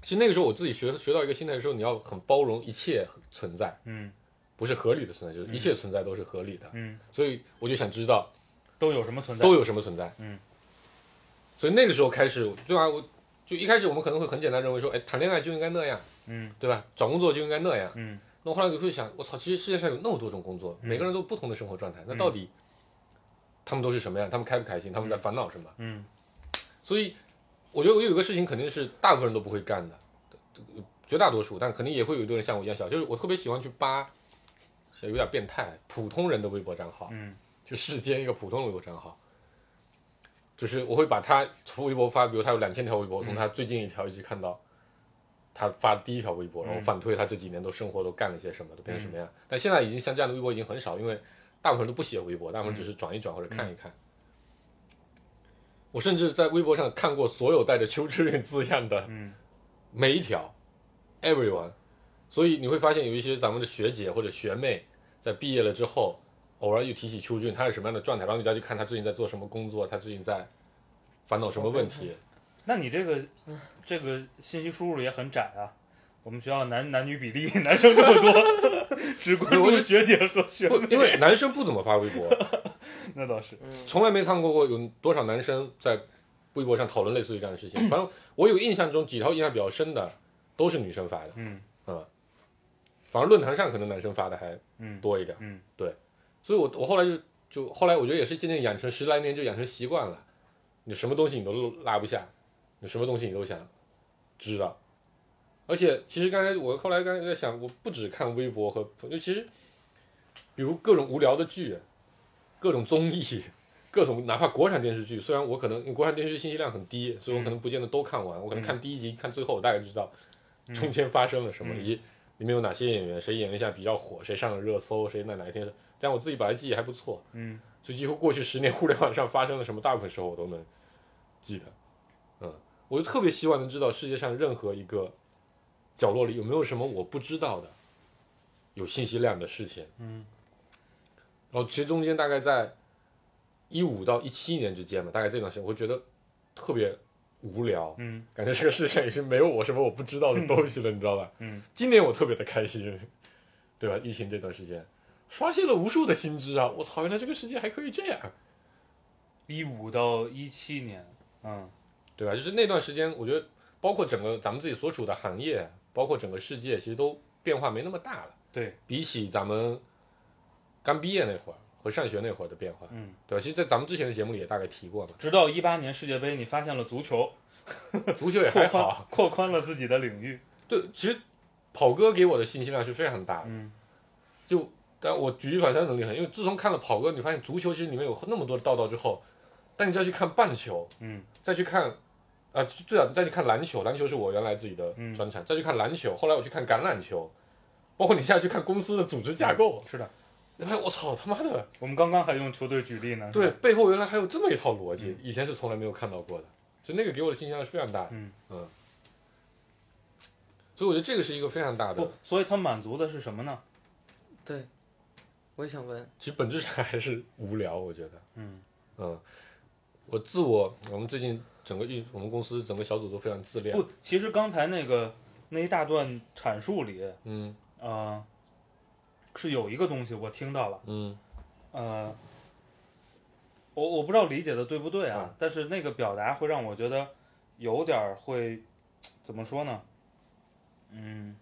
其实那个时候我自己学学到一个心态的时候，你要很包容一切存在，
嗯
不是合理的存在，就是一切存在都是合理的。
嗯，
所以我就想知道
都有什么存在？
都有什么存在。
嗯，
所以那个时候开始，对吧？我就一开始我们可能会很简单认为说，哎，谈恋爱就应该那样，
嗯
对吧？找工作就应该那样。
嗯
那我后来就会想，我操，其实世界上有那么多种工作，
嗯
每个人都有不同的生活状态，那到底他们都是什么样？他们开不开心？他们在烦恼什么？
嗯
所以我觉得我有一个事情肯定是大部分人都不会干的，绝大多数，但肯定也会有一堆人像我一样小，就是我特别喜欢去扒，有点变态，普通人的微博账号，
嗯
就世间一个普通的微博账号，就是我会把他从微博发，比如他有两千条微博，从他最近一条一直看到他发第一条微博，然后反推他这几年都生活都干了些什么，都变成什么样。但现在已经像这样的微博已经很少，因为大部分人都不写微博，大部分只是转一转或者看一看。我甚至在微博上看过所有带着“秋之韵”字样的
嗯
每一条，everyone。所以你会发现有一些咱们的学姐或者学妹，在毕业了之后，偶尔又提起邱俊，他是什么样的状态，然后你再去看他最近在做什么工作，他最近在烦恼什么问题。
那你这个这个信息输入也很窄啊。我们学校男男女比例，男生这么多， 只关注学姐和学
不，
妹。
因为男生不怎么发微博，
那倒是，
嗯
从来没看过过有多少男生在微博上讨论类似于这样的事情。反正我有印象中几条印象比较深的都是女生发的，
嗯
反而论坛上可能男生发的还
嗯
多一点。
嗯
所以我我后来就就后来我觉得也是渐渐养成十来年就养成习惯了，你什么东西你都落拉不下，你什么东西你都想知道。而且其实刚才我后来刚才在想，我不只看微博和朋友，其实比如各种无聊的剧，各种综艺，各种哪怕国产电视剧，虽然我可能因为国产电视剧信息量很低，所以
嗯
我可能不见得都看完，我可能看第一集看最后，我大概知道
嗯
中间发生了什么，以及里面有哪些演员，谁演员现在比较火，谁上了热搜，谁在哪一天但我自己本来记忆还不错，
嗯
所以几乎过去十年互联网上发生了什么，大部分时候我都能记得。嗯，我就特别希望能知道世界上任何一个角落里有没有什么我不知道的，有信息量的事情。
嗯，
然后其实中间大概在一五到一七年之间吧，大概这段时间我会觉得特别无聊，
嗯
感觉这个世界上已经没有我什么我不知道的东西了，你知道吧？
嗯，
今年我特别的开心，对吧？疫情这段时间刷新了无数的新知啊！我操，原来这个世界还可以这样，
一五到一七年，嗯
对吧？就是那段时间，我觉得包括整个咱们自己所处的行业，包括整个世界，其实都变化没那么大了。
对，
比起咱们刚毕业那会儿和上学那会儿的变化，
嗯，
对吧？其实，在咱们之前的节目里也大概提过嘛，
直到一八年世界杯，你发现了足球，
足球也
扩
还
宽
好。
扩宽了自己的领域，
对，其实跑哥给我的信息量是非常大的。
嗯
就但我举一反三能力很，因为自从看了跑哥，你发现足球其实里面有那么多道道之后，但你再去看棒球，
嗯
再去看，啊，对啊，再去看篮球，篮球是我原来自己的
嗯
专长，再去看篮球，后来我去看橄榄球，包括你现在去看公司的组织架构，
是的，
你发现我操他妈的，
我们刚刚还用球队举例呢，是
对，
吧，
背后原来还有这么一套逻
嗯
辑，以前是从来没有看到过的，所以那个给我的信息量是非常大的，
嗯
所以我觉得这个是一个非常大的
不，，所以它满足的是什么呢？
对，我也想问，
其实本质上还是无聊，我觉得。
嗯
嗯，我自我，我们最近整个运，我们公司整个小组都非常自恋。
不，其实刚才那个那一大段阐述里，
嗯
呃，是有一个东西我听到了，
嗯
呃，我我不知道理解的对不对啊，
嗯
但是那个表达会让我觉得有点儿会怎么说呢？嗯，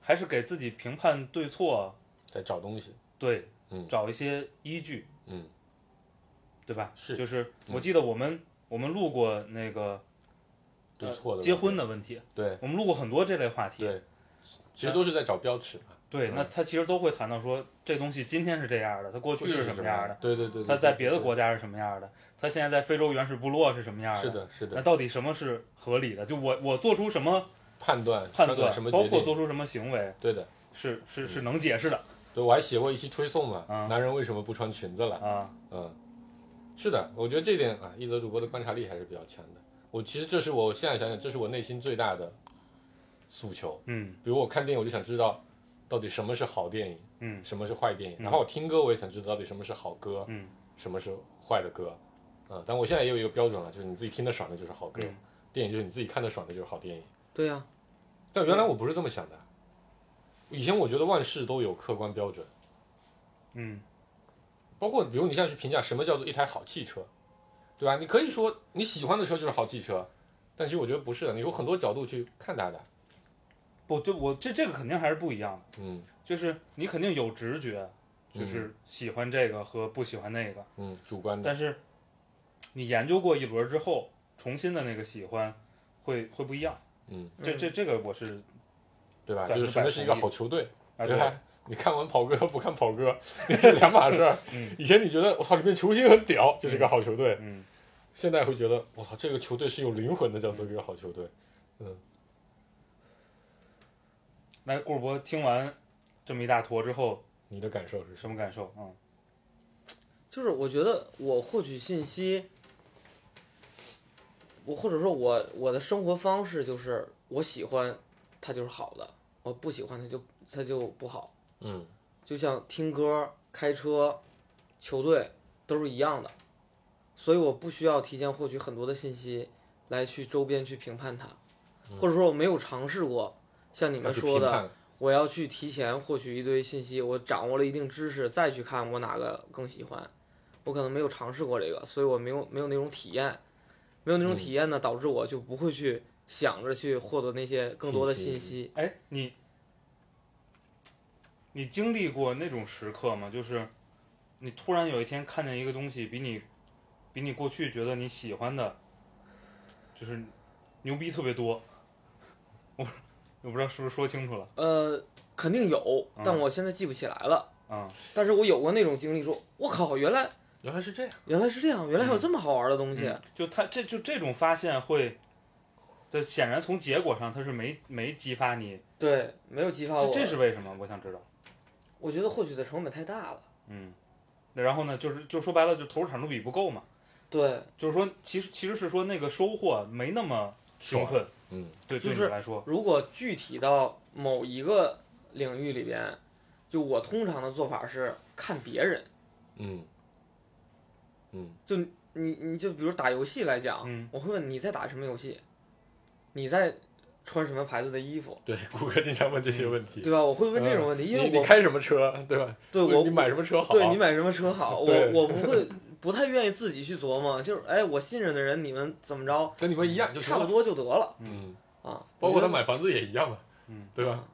还是给自己评判对错，
在找东西。
对，
嗯
找一些依据，
嗯
对吧？
是
就是
嗯
我记得我们、我们录过那个
对
呃
错的
结婚
的，
的问题，
对
我们录过很多这类话题，
对，其实都是在找标尺嘛。
对，
嗯
那他其实都会谈到说，这东西今天是这样的，它过去是什么样的，
对对对，
它在别的国
家
家是什么样的，它现在在非洲原始部落是什么样
是的，是
那
的，
到底什么是合理的？就我我做出什么
判断
判
断
断
什么，
包
决
括
定，嗯
做出什么行为，
对的。
是是是能解释的
对，我还写过一期推送嘛，
嗯
男人为什么不穿裙子了？
啊。
嗯，是的，我觉得这点啊，一则主播的观察力还是比较强的。我其实这是我现在想想，这是我内心最大的诉求。
嗯
比如我看电影，我就想知道到底什么是好电影，
嗯
什么是坏电影。
嗯
然后我听歌，我也想知道到底什么是好歌，
嗯
什么是坏的歌。啊、但我现在也有一个标准了，就是你自己听得爽的就是好歌，
嗯
电影就是你自己看得爽的就是好电影。
对啊呀、
但原来我不是这么想的，以前我觉得万事都有客观标准，
嗯
包括比如你现在去评价什么叫做一台好汽车，对吧？你可以说你喜欢的车就是好汽车，但其实我觉得不是的，你有很多角度去看它的。
不，就我这这个肯定还是不一样的，
嗯
就是你肯定有直觉，就是喜欢这个和不喜欢那个，
嗯，主观的
但是你研究过一轮之后，重新的那个喜欢会会不一样。
嗯，
这这这个我是
对吧？
百分
就是什么
百
是一
同
个
意
好球队，
啊，
对
对，
吧？你看完跑哥不看 跑哥那是两码事儿。
嗯
以前你觉得我操里面球星很屌，就是个好球队；
嗯
现在会觉得我操这个球队是有灵魂的，叫做一个好球队。
来，顾博听完这么一大坨之后，
你的感受是什
什么感受？嗯
就是我觉得我获取信息，我或者说我我的生活方式就是我喜欢它就是好的，我不喜欢它就它就不好。
么？嗯，
就像听歌、开车、球队都是一样的，所以我不需要提前获取很多的信息来去周边去评判它，或者说我没有尝试过像你
你
们说的，我要去提前获取一堆信息，我掌握了一定知识，再去看我哪个更喜欢。我可能没有尝试过这个，所以我没有没有那种体验，没有那种
嗯
体验呢，导致我就不会去想着去获得那些更多的信
信息
息。
哎，你你经历过那种时刻吗？就是你突然有一天看见一个东西，比你比你过去觉得你喜欢的，就是牛逼特别多。我我不知道是不是说清楚了
呃，肯定有，
嗯
但我现在记不起来了。
啊、
但是我有过那种经历说，我靠，原来
原来是这样。
原来是这样，原来还有这么好玩的东西。
嗯就他这就这种发现会，这显然从结果上它是没没激发你，
对，没有激发
这
哦我。
这是为什么？我想知道。
我觉得获取的成本太大了。
嗯，那然后呢，就是就说白了，就投入产出比不够嘛。
对，
就是说，其实其实是说那个收获没那么兴奋，
嗯，
对，
就
对
是
你来说，
如果具体到某一个领域里边，就我通常的做法是看别人，
嗯嗯
就你你就比如打游戏来讲，
嗯
我会问你在打什么游戏，你在穿什么牌子的衣服，
对，谷歌经常问这
嗯
些问题，
对吧？我会问这种问题，
嗯
因为
你
我
你开什么车，对吧？
对
或者
我
你买什么车好？啊
对你买什么车 好，我
对
我不会不太愿意自己去琢磨，就是哎，我信任的人你们怎么着，
跟你们一样就行
差不
了。
多就得了
嗯，
啊。
包括他
我觉得
买房子也一样嘛，
嗯，
对吧？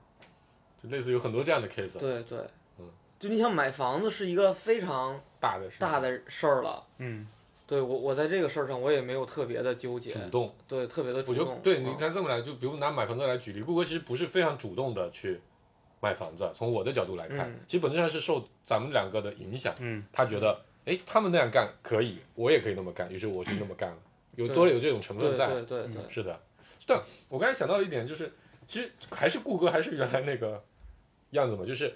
就类似于很多这样的 case，
对对
嗯，
就你想买房子是一个非常
大的事
大的事儿了。
嗯，
对我，我在这个事儿上我也没有特别的纠结，
主动，
对，特别的
嗯我
主
就
动。
对，
嗯
你，看这么来，就比如拿买房子来举例，谷歌其实不是非常主动的去买房子，啊从我的角度来看
嗯，
其实本质上是受咱们两个的影响，
嗯，
他觉得，哎，他们那样干可以，我也可以那么干，于是我就那么干了，有
对
多有这种成分
对
在，嗯
对对对，
是的，但我刚才想到一点，就是其实还是顾哥还是原来那个样子嘛，就是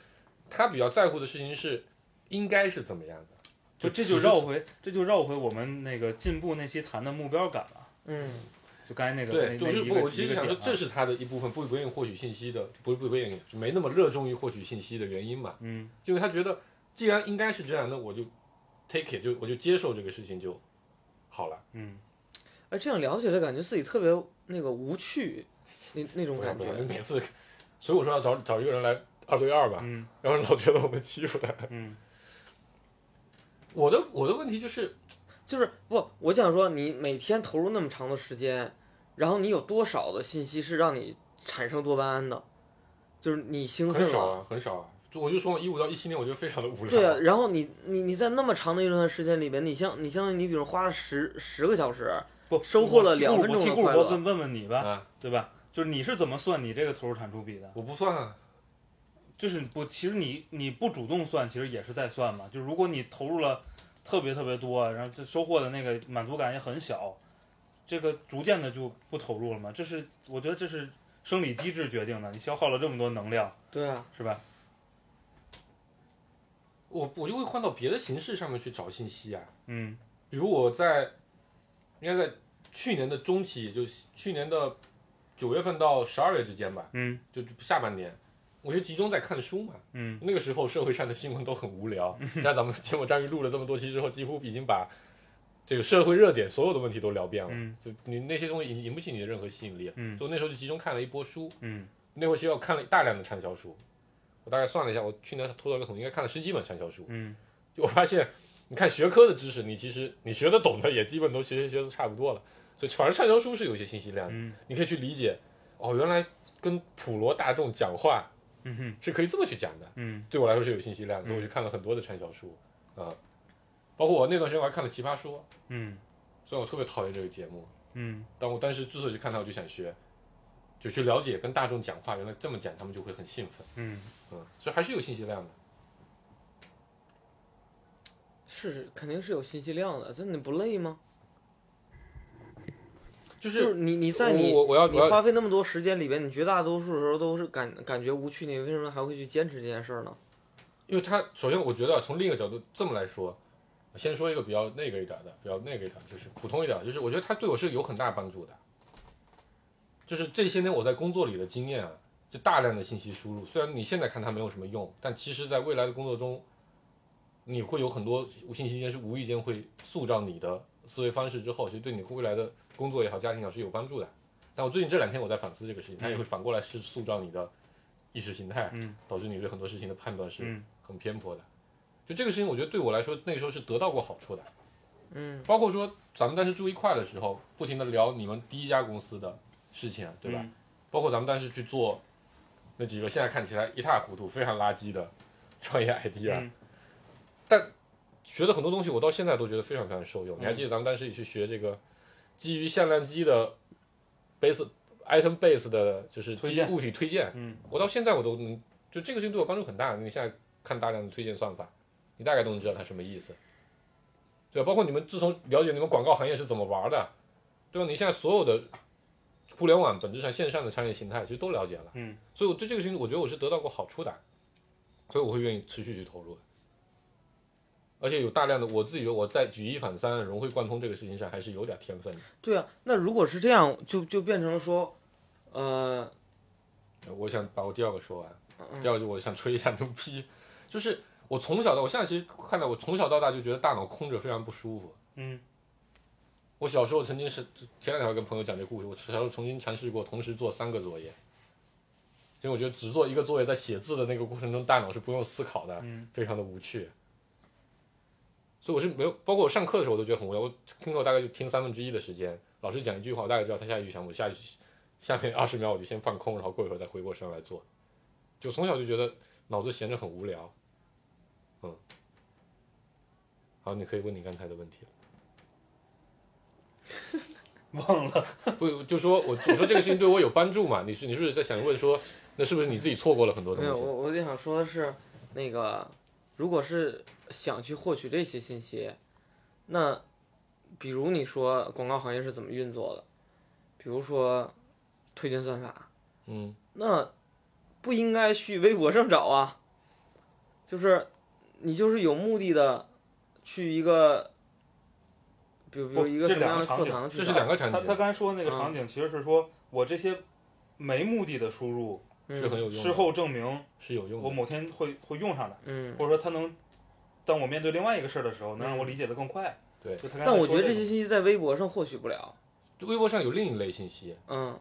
他比较在乎的事情是应该是怎么样的，
就这就绕回这就绕回我们那个进步那期谈的目标感了，
嗯，
就刚才那个
对，
那
就
那
是
一个
不，我
一
其实
个
想
点
说，
啊
这是他的一部分不不愿意获取信息的，不是不不愿意，没那么热衷于获取信息的原因嘛，
嗯
就是他觉得既然应该是这样，那我就 take it，就我就接受这个事情就好了，
嗯，
哎，这样聊起来感觉自己特别那个无趣，那那种
我
感觉。
每次，所以我说要找找一个人来二对二吧，
嗯
要不然老觉得我们欺负他。
嗯
我的我的问题就是，
就是不，我就想说，你每天投入那么长的时间，然后你有多少的信息是让你产生多巴胺的？就是你兴奋
很少
了，
啊，很少啊。就我就说嘛，一五到一七年，我觉得非常的无聊。
对啊，然后你你你在那么长的一段时间里边，你像你像你比如花了十十个小时，
不
收获了
我替顾
两分钟
我替
的
顾
快
博
乐
问问问你吧，
啊，
对吧？就是你是怎么算你这个投入产出比的？
我不算啊，
就是不，其实你你不主动算，其实也是在算嘛。就如果你投入了特别特别多，然后这收获的那个满足感也很小，这个逐渐的就不投入了嘛。这是我觉得这是生理机制决定的，你消耗了这么多能量，
对啊，
是吧？
我我就会换到别的形式上面去找信息啊。
嗯
比如我在，应该在去年的中期，就去年的九月份到十二月之间吧，
嗯
就就下半年，我就集中在看书嘛。
嗯
那个时候社会上的新闻都很无 聊，但咱们结果章鱼录了这么多期之后，几乎已经把这个社会热点所有的问题都聊遍了。
嗯
就你那些东西引引不起你的任何吸引力。
嗯
所以我那时候就集中看了一波书，
嗯
那会儿其实我看了大量的畅销书，我大概算了一下，我去年拖到个统计，应该看了十几本畅销书。
嗯
就我发现，你看学科的知识，你其实你学得懂的也基本都学学学的差不多了，所以反正畅销书是有一些信息量的，
嗯
你可以去理解。哦，原来跟普罗大众讲话
嗯哼
是可以这么去讲的，
嗯
对我来说是有信息量的，所以我去看了很多的畅销书啊、包括我那段时间我还看了《奇葩说》，
嗯
虽然我特别讨厌这个节目，
嗯
但我当时之所以去看它，我就想学，就去了解跟大众讲话，原来这么讲他们就会很兴奋，
嗯，
嗯，所以还是有信息量的。
是肯定是有信息量的，这你不累吗？
就
就是
是
你你在你
我我我要
你
啊我要
花费那么多时间里边，你绝大多数时候都是感感觉无趣，你为什么还会去坚持这件事儿呢？
因为它首先我觉得啊从另一个角度这么来说，我先说一个比较那个一点的，比较那个一点，就是普通一点，就是我觉得它对我是有很大帮助的。就是这些年我在工作里的经验啊，就大量的信息输入，虽然你现在看它没有什么用，但其实在未来的工作中，你会有很多信息间是无意间会塑造你的思维方式，之后其实对你未来的工作也好、家庭也好是有帮助的。但我最近这两天我在反思这个事情，它也会反过来是塑造你的意识形态，
嗯
导致你对很多事情的判断是
嗯
很偏颇的。就这个事情，我觉得对我来说，那个时候是得到过好处的。
嗯
包括说咱们当时住一块的时候，不停的聊你们第一家公司的事情，对吧？
嗯
包括咱们当时去做那几个现在看起来一塌糊涂、非常垃圾的创业 idea，、
嗯
学的很多东西，我到现在都觉得非常非常受
嗯
用。你还记得咱们当时也去学这个基于向量机的 base item base 的，就是
推
基于
荐
物体推荐，
嗯
我到现在我都能，就这个事情对我帮助很大。你现在看大量的推荐算法，你大概都能知道它什么意思，对吧？包括你们自从了解你们广告行业是怎么玩的，对吧？你现在所有的互联网本质上线上的商业形态其实都了解了，
嗯，
所以我对这个事情我觉得我是得到过好处的，所以我会愿意持续去投入的。而且有大量的我自己觉得我在举一反三、融会贯通这个事情上还是有点天分的。
对啊，那如果是这样，就就变成了说，呃，
呃我想把我第二个说完，
嗯
第二个就我想吹一下牛逼，就是我从小到我现在其实看到我从小到大就觉得大脑空着非常不舒服。
嗯
我小时候曾经是前两天还跟朋友讲这故事，我小时候曾经尝试过同时做三个作业，因为我觉得只做一个作业，在写字的那个过程中，大脑是不用思考的，
嗯
非常的无趣。所以我是没有，包括我上课的时候我都觉得很无聊。我听课大概就听三分之一的时间，老师讲一句话，我大概知道他下一句想我下一句下面二十秒我就先放空，然后过一会儿再回过神来做。就从小就觉得脑子闲着很无聊，嗯。好，你可以问你刚才的问题了。
忘了。
不，就说我我说这个事情对我有帮助嘛？你是你是不是在想问说，那是不是你自己错过了很多东
没有，
西？
我我就想说的是，那个如果是想去获取这些信息，那比如你说广告行业是怎么运作的，比如说推荐算法，
嗯
那不应该去微博上找啊，就是你就是有目的的去一个，比如比
不
如一个
这
什么样的
两
课
个场
堂去
这是
找
两个场
他他
景，嗯
刚才说的那个场景，其实是说我这些没目的的输入，
是很
嗯
有用的。
事后证明
是有用的。
我某天会会用上的，
嗯
或者说它能，当我面对另外一个事儿的时候，能让我理解的更快。
对
就他刚才
但我觉得
说
这
这
些
个
信息在微博上获取不了，
微博上有另一类信息，
嗯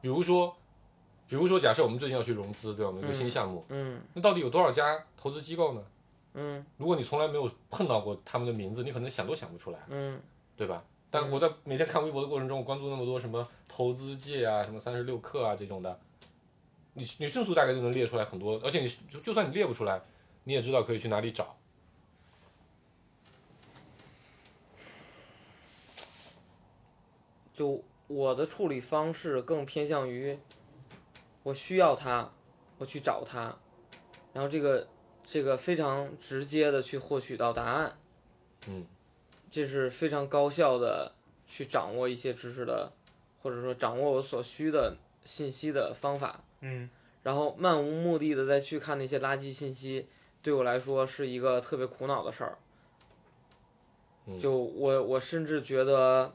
比如说，比如说，假设我们最近要去融资，对吧？我们一个
嗯
新项目，
嗯
那到底有多少家投资机构呢？
嗯
如果你从来没有碰到过他们的名字，你可能想都想不出来，
嗯
对吧？但我在每天看微博的过程中，我关注那么多什么投资界啊、什么三十六氪啊这种的，你你迅速大概就能列出来很多，而且你就就算你列不出来，你也知道可以去哪里找。
就我的处理方式更偏向于，我需要它，我去找它，然后这个这个非常直接的去获取到答案，
嗯，
这是非常高效的去掌握一些知识的，或者说掌握我所需的信息的方法。
嗯
然后漫无目的的再去看那些垃圾信息，对我来说是一个特别苦恼的事儿
嗯。
就我我甚至觉得，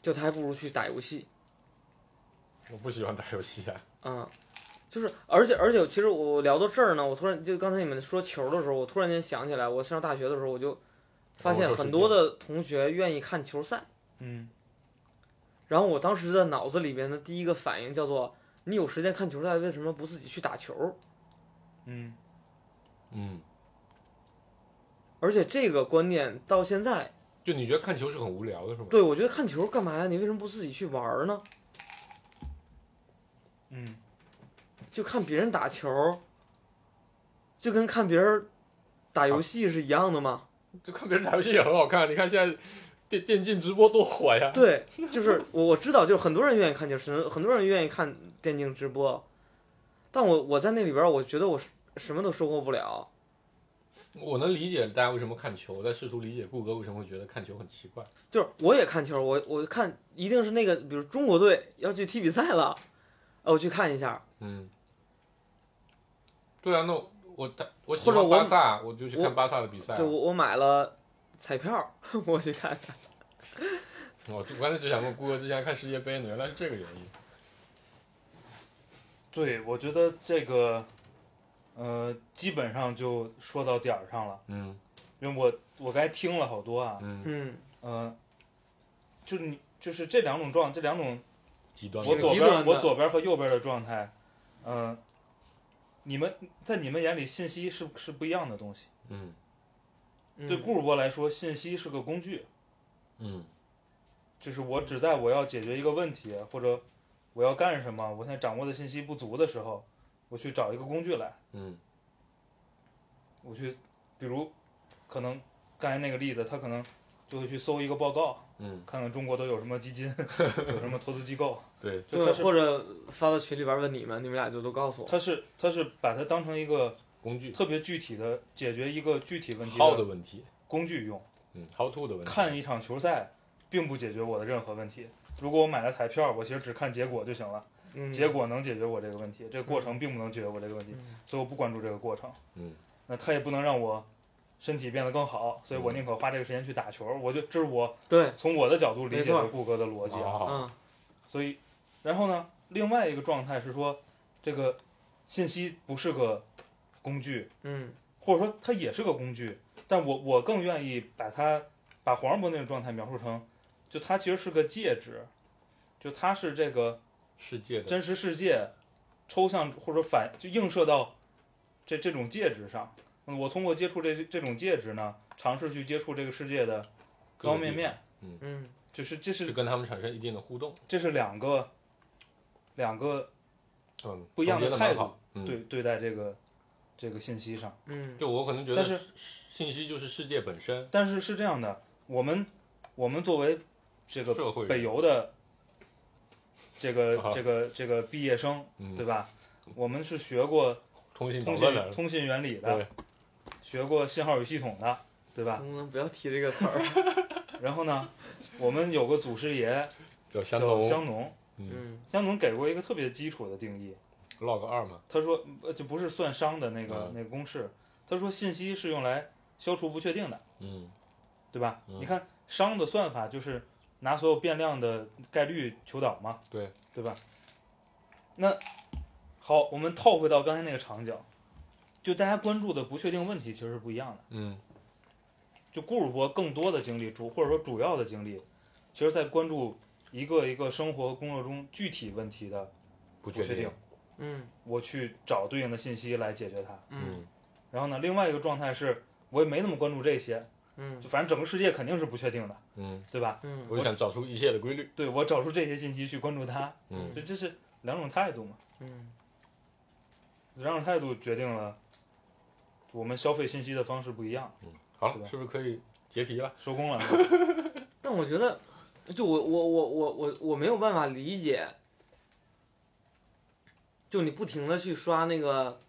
就他还不如去打游戏
我不喜欢打游戏啊，
啊、就是而且而且，其实我聊到这儿呢，我突然就刚才你们说球的时候，我突然间想起来，我上大学的时候我就发现
哦我说
很
是
多
这
的同学愿意看球赛，
嗯
然后我当时的脑子里边的第一个反应叫做：你有时间看球赛，为什么不自己去打球？
嗯，
嗯，
而且这个观念到现在，
就你觉得看球是很无聊的是吗？
对我觉得看球干嘛呀？你为什么不自己去玩儿呢？
嗯
就看别人打球，就跟看别人打游戏是一样的嘛？
就看别人打游戏也很好看。你看现在电电竞直播多火呀！
对，就是我我知道，就是很多人愿意看球，很很多人愿意看电竞直播，但我我在那里边儿，我觉得我是什么都收获不了。
我能理解大家为什么看球，我在试图理解顾哥为什么会觉得看球很奇怪。
就是我也看球，我我看一定是那个，比如中国队要去踢比赛了，呃，我去看一下，
嗯，对啊，那我我他我喜
或者
欢
我
巴萨，我就去
我
看巴萨的比赛啊。
就我我买了彩票， 我去看看。
我就我刚才只想问顾哥之前看世界杯呢，原来是这个原因。
对，我觉得这个，呃，基本上就说到点儿上了。
嗯
因为我我刚才听了好多啊，
嗯，
嗯，
嗯、就是你就是这两种状，这两种
极端的。
我左
极
边
端
儿
的
我左边儿和右边儿的状态，嗯、你们在你们眼里信息是是不一样的东西。
嗯
嗯
对顾主播来说，信息是个工具，
嗯
就是我只在我要解决一个问题或者我要干什么，我现在掌握的信息不足的时候，我去找一个工具来，
嗯
我去，比如可能刚才那个例子，他可能就会去搜一个报告，
嗯，
看看中国都有什么基金，有什么投资机构，
对，
就
对
他，是
或者发到群里边儿问你们，你们俩就都告诉我。
他是他是把它当成一个
工具
特别具体的解决一个具体问题
how 的
的
问题，
工具用。
嗯 how to 的问题。
看一场球赛并不解决我的任何问题。如果我买了彩票，我其实只看结果就行了。
嗯，
结果能解决我这个问题，这个过程并不能解决我这个问题，
嗯
所以我不关注这个过程。
嗯，
那他也不能让我身体变得更好，所以我宁可花这个时间去打球。我就这是我
对，
从我的角度理解
没错
的顾哥的逻辑啊。
啊，
嗯
所以，然后呢，另外一个状态是说，这个信息不是个工具，
嗯
或者说它也是个工具，但我我更愿意把它把黄世博那种状态描述成，就它其实是个介质，就它是这个
世界的
真实世界抽象或者反就映射到这这种介质上。嗯我通过接触这这种介质呢，尝试去接触这个世界的
各
方
个
方面
地
面，
嗯
就是这
方，就是跟他们产生一定的互动，
这是两个两个
嗯，
不一样的
总结得
态
蛮
度
好，嗯，
对对待这个这个信息上。
嗯
就我可能觉得，
但是
信息就是世界本身，
但是是这样的，我们我们作为这个
社会
北邮的这个
啊
这个这个毕业生，
嗯
对吧？我们是学过
通信
通
导论
信
的，
通信原理
对
的，，学过信号与系统的，对吧？
能不能不要提这个词 儿？
然后呢，我们有个祖师爷
叫相
叫
同
香农，
嗯
香农给过一个特别基础的定义，
log 二嘛，
他说呃就不是算熵的那个
嗯
那个公式，他说信息是用来消除不确定的。
嗯，
对吧？
嗯
你看商的算法就是拿所有变量的概率求导嘛，
对
对吧？那好，我们套回到刚才那个场景，就大家关注的不确定问题其实是不一样的。
嗯，
就顾汝博更多的精力主或者说主要的精力，其实在关注一个一个生活和工作中具体问题的不
不确
确定，
嗯
我去找对应的信息来解决它。
嗯
然后呢，另外一个状态是我也没那么关注这些，
嗯
就反正整个世界肯定是不确定的，
嗯，
对吧？
嗯
我就想找出一切的规律，
对我找出这些信息去关注它，
嗯
就这是两种态度嘛，
嗯
两种态度决定了我们消费信息的方式不一样。
好了，
对吧
是不是可以结题了？
收工了，
但我觉得，就我我我我我我没有办法理解，就你不停的去刷那个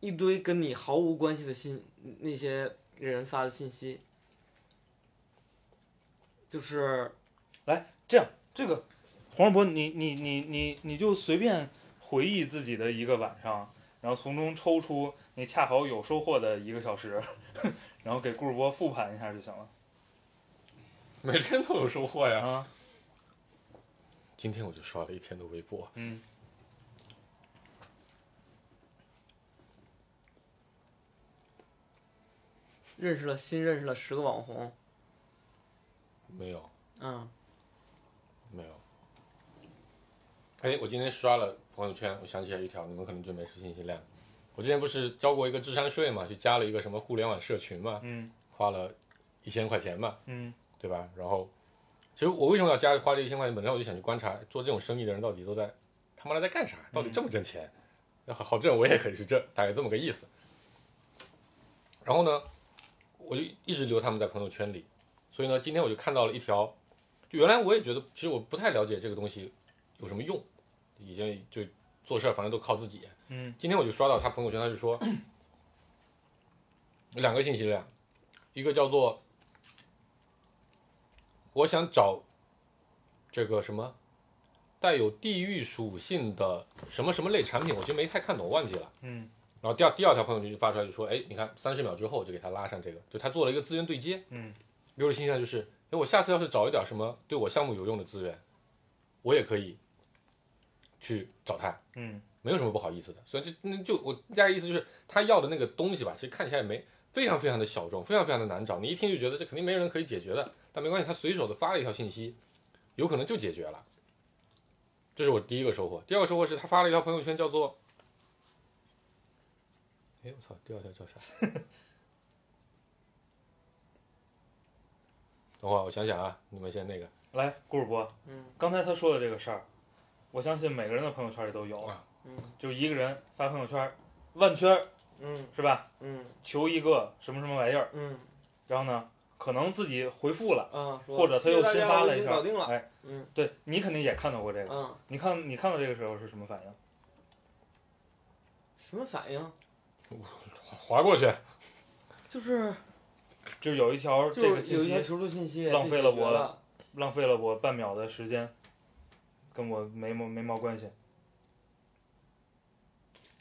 一堆跟你毫无关系的信那些人发的信息，就是
这个黄世博，你你你你你就随便回忆自己的一个晚上，然后从中抽出你恰好有收获的一个小时， 然后给顾主播复盘一下就行了
每天都有收获呀。
啊。
今天我就刷了一天的微博，
嗯，
认识了新认识了十个网红，
没有，
嗯
没有。哎，我今天刷了朋友圈，我想起来一条，你们可能就没是信息量。我之前不是交过一个智商税嘛，去加了一个什么互联网社群嘛，
嗯
花了一千块钱嘛，
嗯
对吧？然后，其实我为什么要加花这一千块钱？本身我就想去观察做这种生意的人到底都在他妈的在干啥，到底挣不挣钱？要好好挣，我也可以去挣，大概这么个意思。然后呢，我就一直留他们在朋友圈里，所以呢，今天我就看到了一条，就原来我也觉得，其实我不太了解这个东西有什么用，已经就做事儿反正都靠自己。
嗯
今天我就刷到他朋友圈，他就说 有两个信息量，一个叫做我想找这个什么带有地域属性的什么什么类产品，我其实没太看懂，忘记了。
嗯
然后第二第二条朋友圈就发出来就说，哎，你看三十秒之后我就给他拉上这个，就他做了一个资源对接，
嗯，
给我的印象就是，哎，我下次要是找一点什么对我项目有用的资源，我也可以去找他。
嗯
没有什么不好意思的。所以这那就我大概意思就是，他要的那个东西吧，其实看起来没非常非常的小众，非常非常的难找。你一听就觉得这肯定没人可以解决的，但没关系，他随手的发了一条信息，有可能就解决了。这是我第一个收获。第二个收获是他发了一条朋友圈，叫做……哎，我操，第二条叫啥？等会儿我想想啊，你们先那个
来，顾主播，
嗯
刚才他说的这个事儿，我相信每个人的朋友圈里都有
啊，
嗯
就一个人发朋友圈，万圈儿
嗯
是吧？
嗯
求一个什么什么玩意儿，
嗯
然后呢，可能自己回复了，
啊，说
或者他又
谢谢
新
大家
发
我
了
已
一
经
条，
搞定了，
哎，
嗯
对你肯定也看到过这个，
嗯，
你看你看到这个时候是什么反应？
什么反应？
划过去。
就是
就是有一条
就
这个
是
信
有一条
息
求助信息
浪费
被
了
解决
我
了，
浪费了我半秒的时间，跟我没毛没毛关系。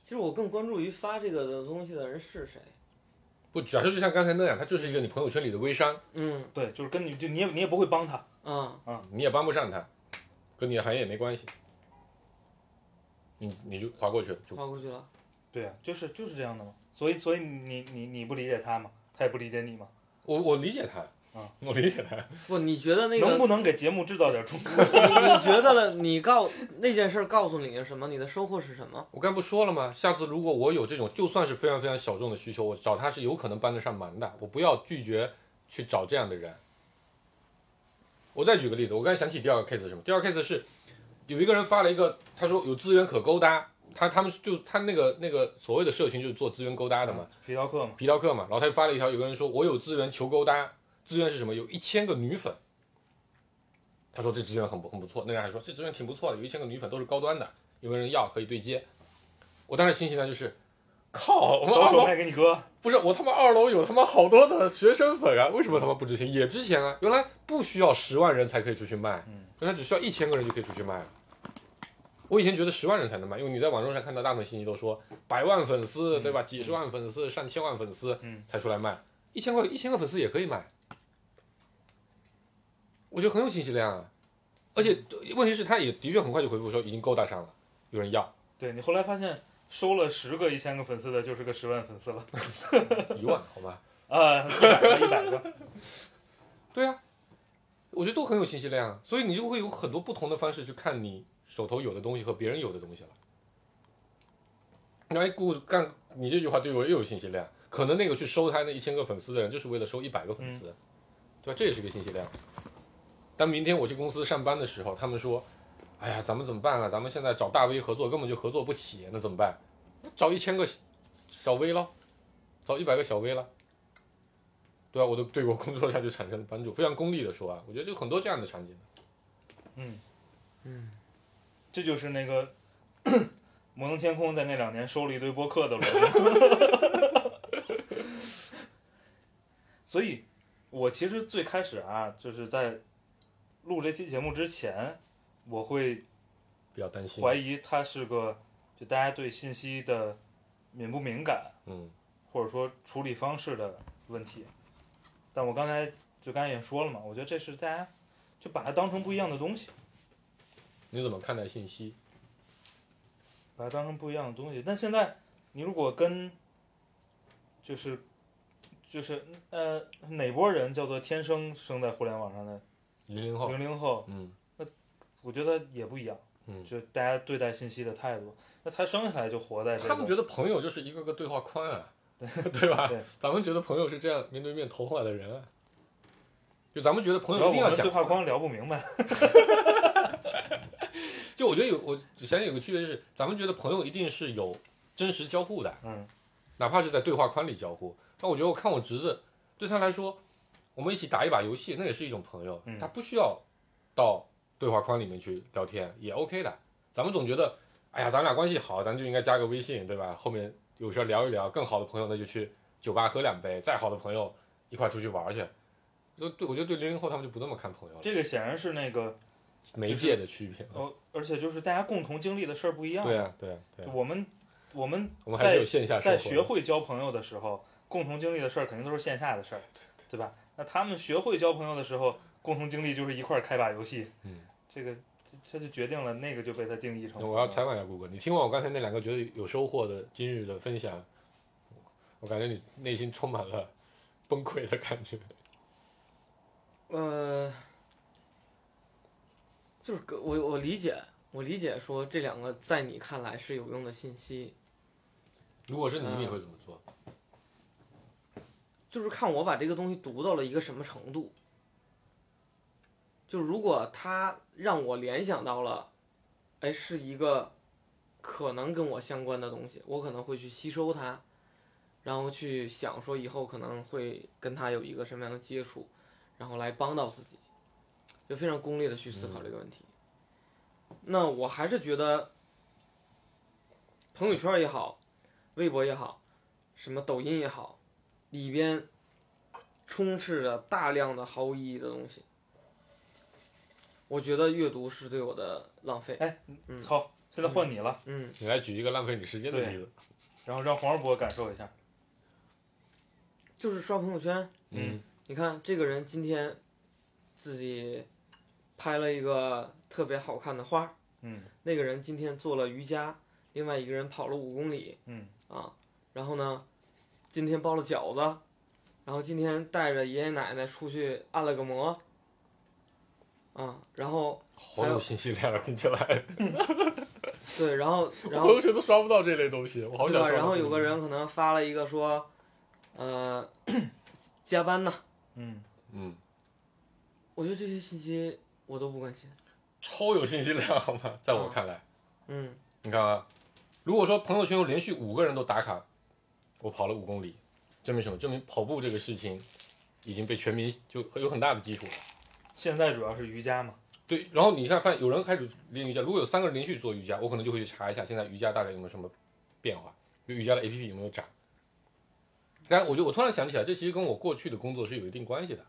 其实我更关注于发这个的东西的人是谁，
不，假设就像刚才那样，他就是一个你朋友圈里的微商，
嗯
对，就是跟你就你也你也不会帮他，
啊
你也帮不上他，跟你的行业也没关系，你你就划过去了，就
划过去了，
对啊，就是就是这样的嘛。所以所以你你你不理解他嘛，他也不理解你嘛。
我我理解他，
啊，
我理解他，
不，你觉得那
能
个，
不能给节目制造点冲 突？
你觉得了，你告那件事儿告诉你了什么？你的收获是什么？
我刚才不说了吗？下次如果我有这种，就算是非常非常小众的需求，我找他是有可能帮得上忙的。我不要拒绝去找这样的人。我再举个例子，我刚才想起第二个 case 是什么？第二个 case 是有一个人发了一个，他说有资源可勾搭，他他们就他那个那个所谓的社群就是做资源勾搭的嘛，
皮条客嘛，
皮条客嘛。然后他就发了一条，有个人说我有资源求勾搭，资源是什么？有一千个女粉。他说这资源很不很不错，那人还说这资源挺不错的，有一千个女粉都是高端的，有没有人要可以对接。我当时心情呢就是，靠，
哦
我们
都
二
手
楼
卖给你哥，
不是我他妈二楼有他妈好多的学生粉啊，为什么他妈不值钱？也值钱啊！原来不需要十万人才可以出去卖
嗯，
原来只需要一千个人就可以出去卖了。我以前觉得十万人才能卖，因为你在网络上看到大部分信息都说百万粉丝，
嗯
对吧？几十万粉丝、上千万粉丝
嗯
才出来卖，一千块一千个粉丝也可以卖，我觉得很有信息量啊。而且嗯问题是，他也的确很快就回复说已经勾搭上了，有人要
对你后来发现收了十个一千个粉丝的，就是个十万粉丝了，
一万，好吧？
啊， 一百个一百个，
对啊，我觉得都很有信息量啊，所以你就会有很多不同的方式去看你手头有的东西和别人有的东西了。哎，顾干，你这句话对我又有信息量，可能那个去收他那一千个粉丝的人，就是为了收一百个粉丝，对吧？这也是个信息量。当明天我去公司上班的时候，他们说：“哎呀，咱们怎么办啊？咱们现在找大 V 合作根本就合作不起，那怎么办？找一千个小 V 咯，找一百个小 V 了。”对啊，我都对我工作上就产生了帮助。非常功利的说啊，我觉得就很多这样的场景。
嗯，
嗯，
这就是那个摩登天空在那两年收了一堆播客的了。所以，我其实最开始啊，就是在录这期节目之前，我会
比较担心。
怀疑它是个，就大家对信息的敏不敏感，
嗯
或者说处理方式的问题。但我刚才就刚才也说了嘛，我觉得这是大家就把它当成不一样的东西，
你怎么看待信息？
把它当成不一样的东西。但现在你如果跟就是就是呃哪波人叫做天生生在互联网上的
零零后，
零零后，
嗯，
我觉得也不一样。
嗯
就大家对待信息的态度，那他生下来就活在、这个、
他们觉得朋友就是一个个对话框啊，对 吧
对？
咱们觉得朋友是这样面对面投话的人啊，就咱们觉得朋
主要
友
我
一定要
们
讲
对话。框聊不明白。
就我觉得有，我想起有个区别就是，咱们觉得朋友一定是有真实交互的，
嗯，
哪怕是在对话框里交互。那我觉得我看我侄子，对他来说，我们一起打一把游戏，那也是一种朋友
嗯，
他不需要到对话框里面去聊天，也 OK 的。咱们总觉得，哎呀，咱俩关系好，咱就应该加个微信，对吧？后面有事儿聊一聊，更好的朋友那就去酒吧喝两杯，再好的朋友一块儿出去玩儿去。就对，我觉得对零零后他们就不这么看朋友了，
这个显然是那个
媒介的区别。
哦，而且就是大家共同经历的事儿不一样。
对啊，对啊，对
就
啊，
我们我们
我们还
在
是有线下
在
生
学
活
会
的。
交朋友的时候，共同经历的事儿肯定都是线下的事儿，对吧？那他们学会交朋友的时候，共同经历就是一块儿开把游戏。
嗯，
这个这这就决定了那个就被他定义成朋友。
我要采访一下顾哥，你听完我刚才那两个觉得有收获的今日的分享，我感觉你内心充满了崩溃的感觉。
呃，就是个我我理解，我理解说这两个在你看来是有用的信息，
如果是你，
嗯
你会怎么做？
就是看我把这个东西读到了一个什么程度。就如果它让我联想到了，哎，是一个可能跟我相关的东西，我可能会去吸收它，然后去想说以后可能会跟它有一个什么样的接触，然后来帮到自己，就非常功利的去思考这个问题。那我还是觉得，朋友圈也好，微博也好，什么抖音也好。里边充斥着大量的毫无意义的东西。我觉得阅读是对我的浪费。
哎，
嗯
好，现在换你了，
嗯，
你来举一个浪费你时间的例子。
然后让黄世博感受一下。
就是刷朋友圈，
嗯，
你看这个人今天自己拍了一个特别好看的花儿，
嗯
那个人今天做了瑜伽，另外一个人跑了五公里，
嗯
啊，然后呢，今天包了饺子，然后今天带着爷爷奶奶出去按了个摩，啊，然后
好有信息量，听起来，
对，然 后然
朋
后
友圈都刷不到这类东西，我好
对
想
吧？
刷到。
然后有个人可能发了一个说，呃， 加班呢，
嗯，
嗯，
我觉得这些信息我都不关心，
超有信息量，好吗？在我看来，
嗯，
你看啊，如果说朋友圈有连续五个人都打卡，我跑了五公里，证明什么？证明跑步这个事情已经被全民就有很大的基础了。
现在主要是瑜伽嘛，
对，然后你看，发现有人开始练瑜伽，如果有三个人连续做瑜伽，我可能就会去查一下现在瑜伽大概有没有什么变化，就瑜伽的 APP 有没有涨。但我就我突然想起来，这其实跟我过去的工作是有一定关系的，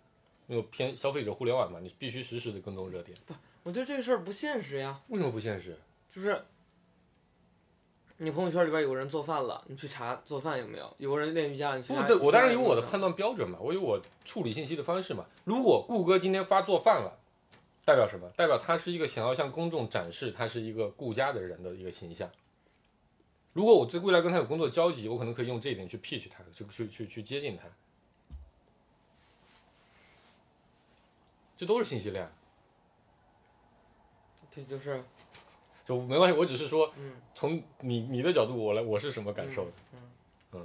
因为我偏消费者互联网嘛，你必须实时的跟踪热点。
我觉得这个事儿不现实呀，
为什么不现实？
就是你朋友圈里边有个人做饭了，你去查做饭有没有；有个人练瑜伽了，你去
不
查。
对，我当然有
有
我的判断标准嘛，我有我处理信息的方式嘛。如果顾哥今天发做饭了，代表什么？代表他是一个想要向公众展示他是一个顾家的人的一个形象。如果我这未来跟他有工作交集，我可能可以用这一点去 pitch 他，去去去去接近他。这都是信息量，
对，就是
就没关系。我只是说，
嗯
从你你的角度，我来我是什么感受的？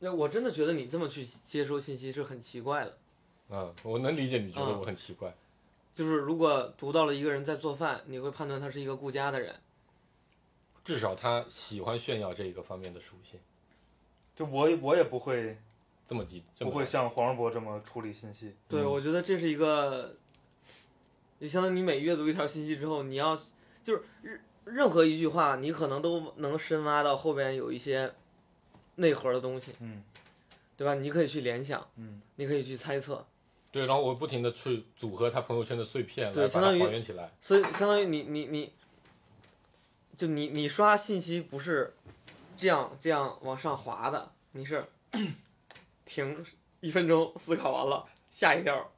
那我真的觉得你这么去接收信息是很奇怪的。
嗯，我能理解你觉得
嗯
我很奇怪。
就是如果读到了一个人在做饭，你会判断他是一个顾家的人。
至少他喜欢炫耀这一个方面的属性，
就我也我也不会
这么极这
不
么
会像黄世博这么处理信息，
对，
嗯
我觉得这是一个，就相当于你每阅读一条信息之后，你要就是任任何一句话，你可能都能深挖到后边有一些内核的东西，
嗯
对吧？你可以去联想，
嗯，
你可以去猜测，
对，然后我不停的去组合他朋友圈的碎片
对
来把
相
它
当于
还原起来。
所以相当于你你你，就你你刷信息不是这样这样往上滑的，你是 停一分钟思考完了下一条，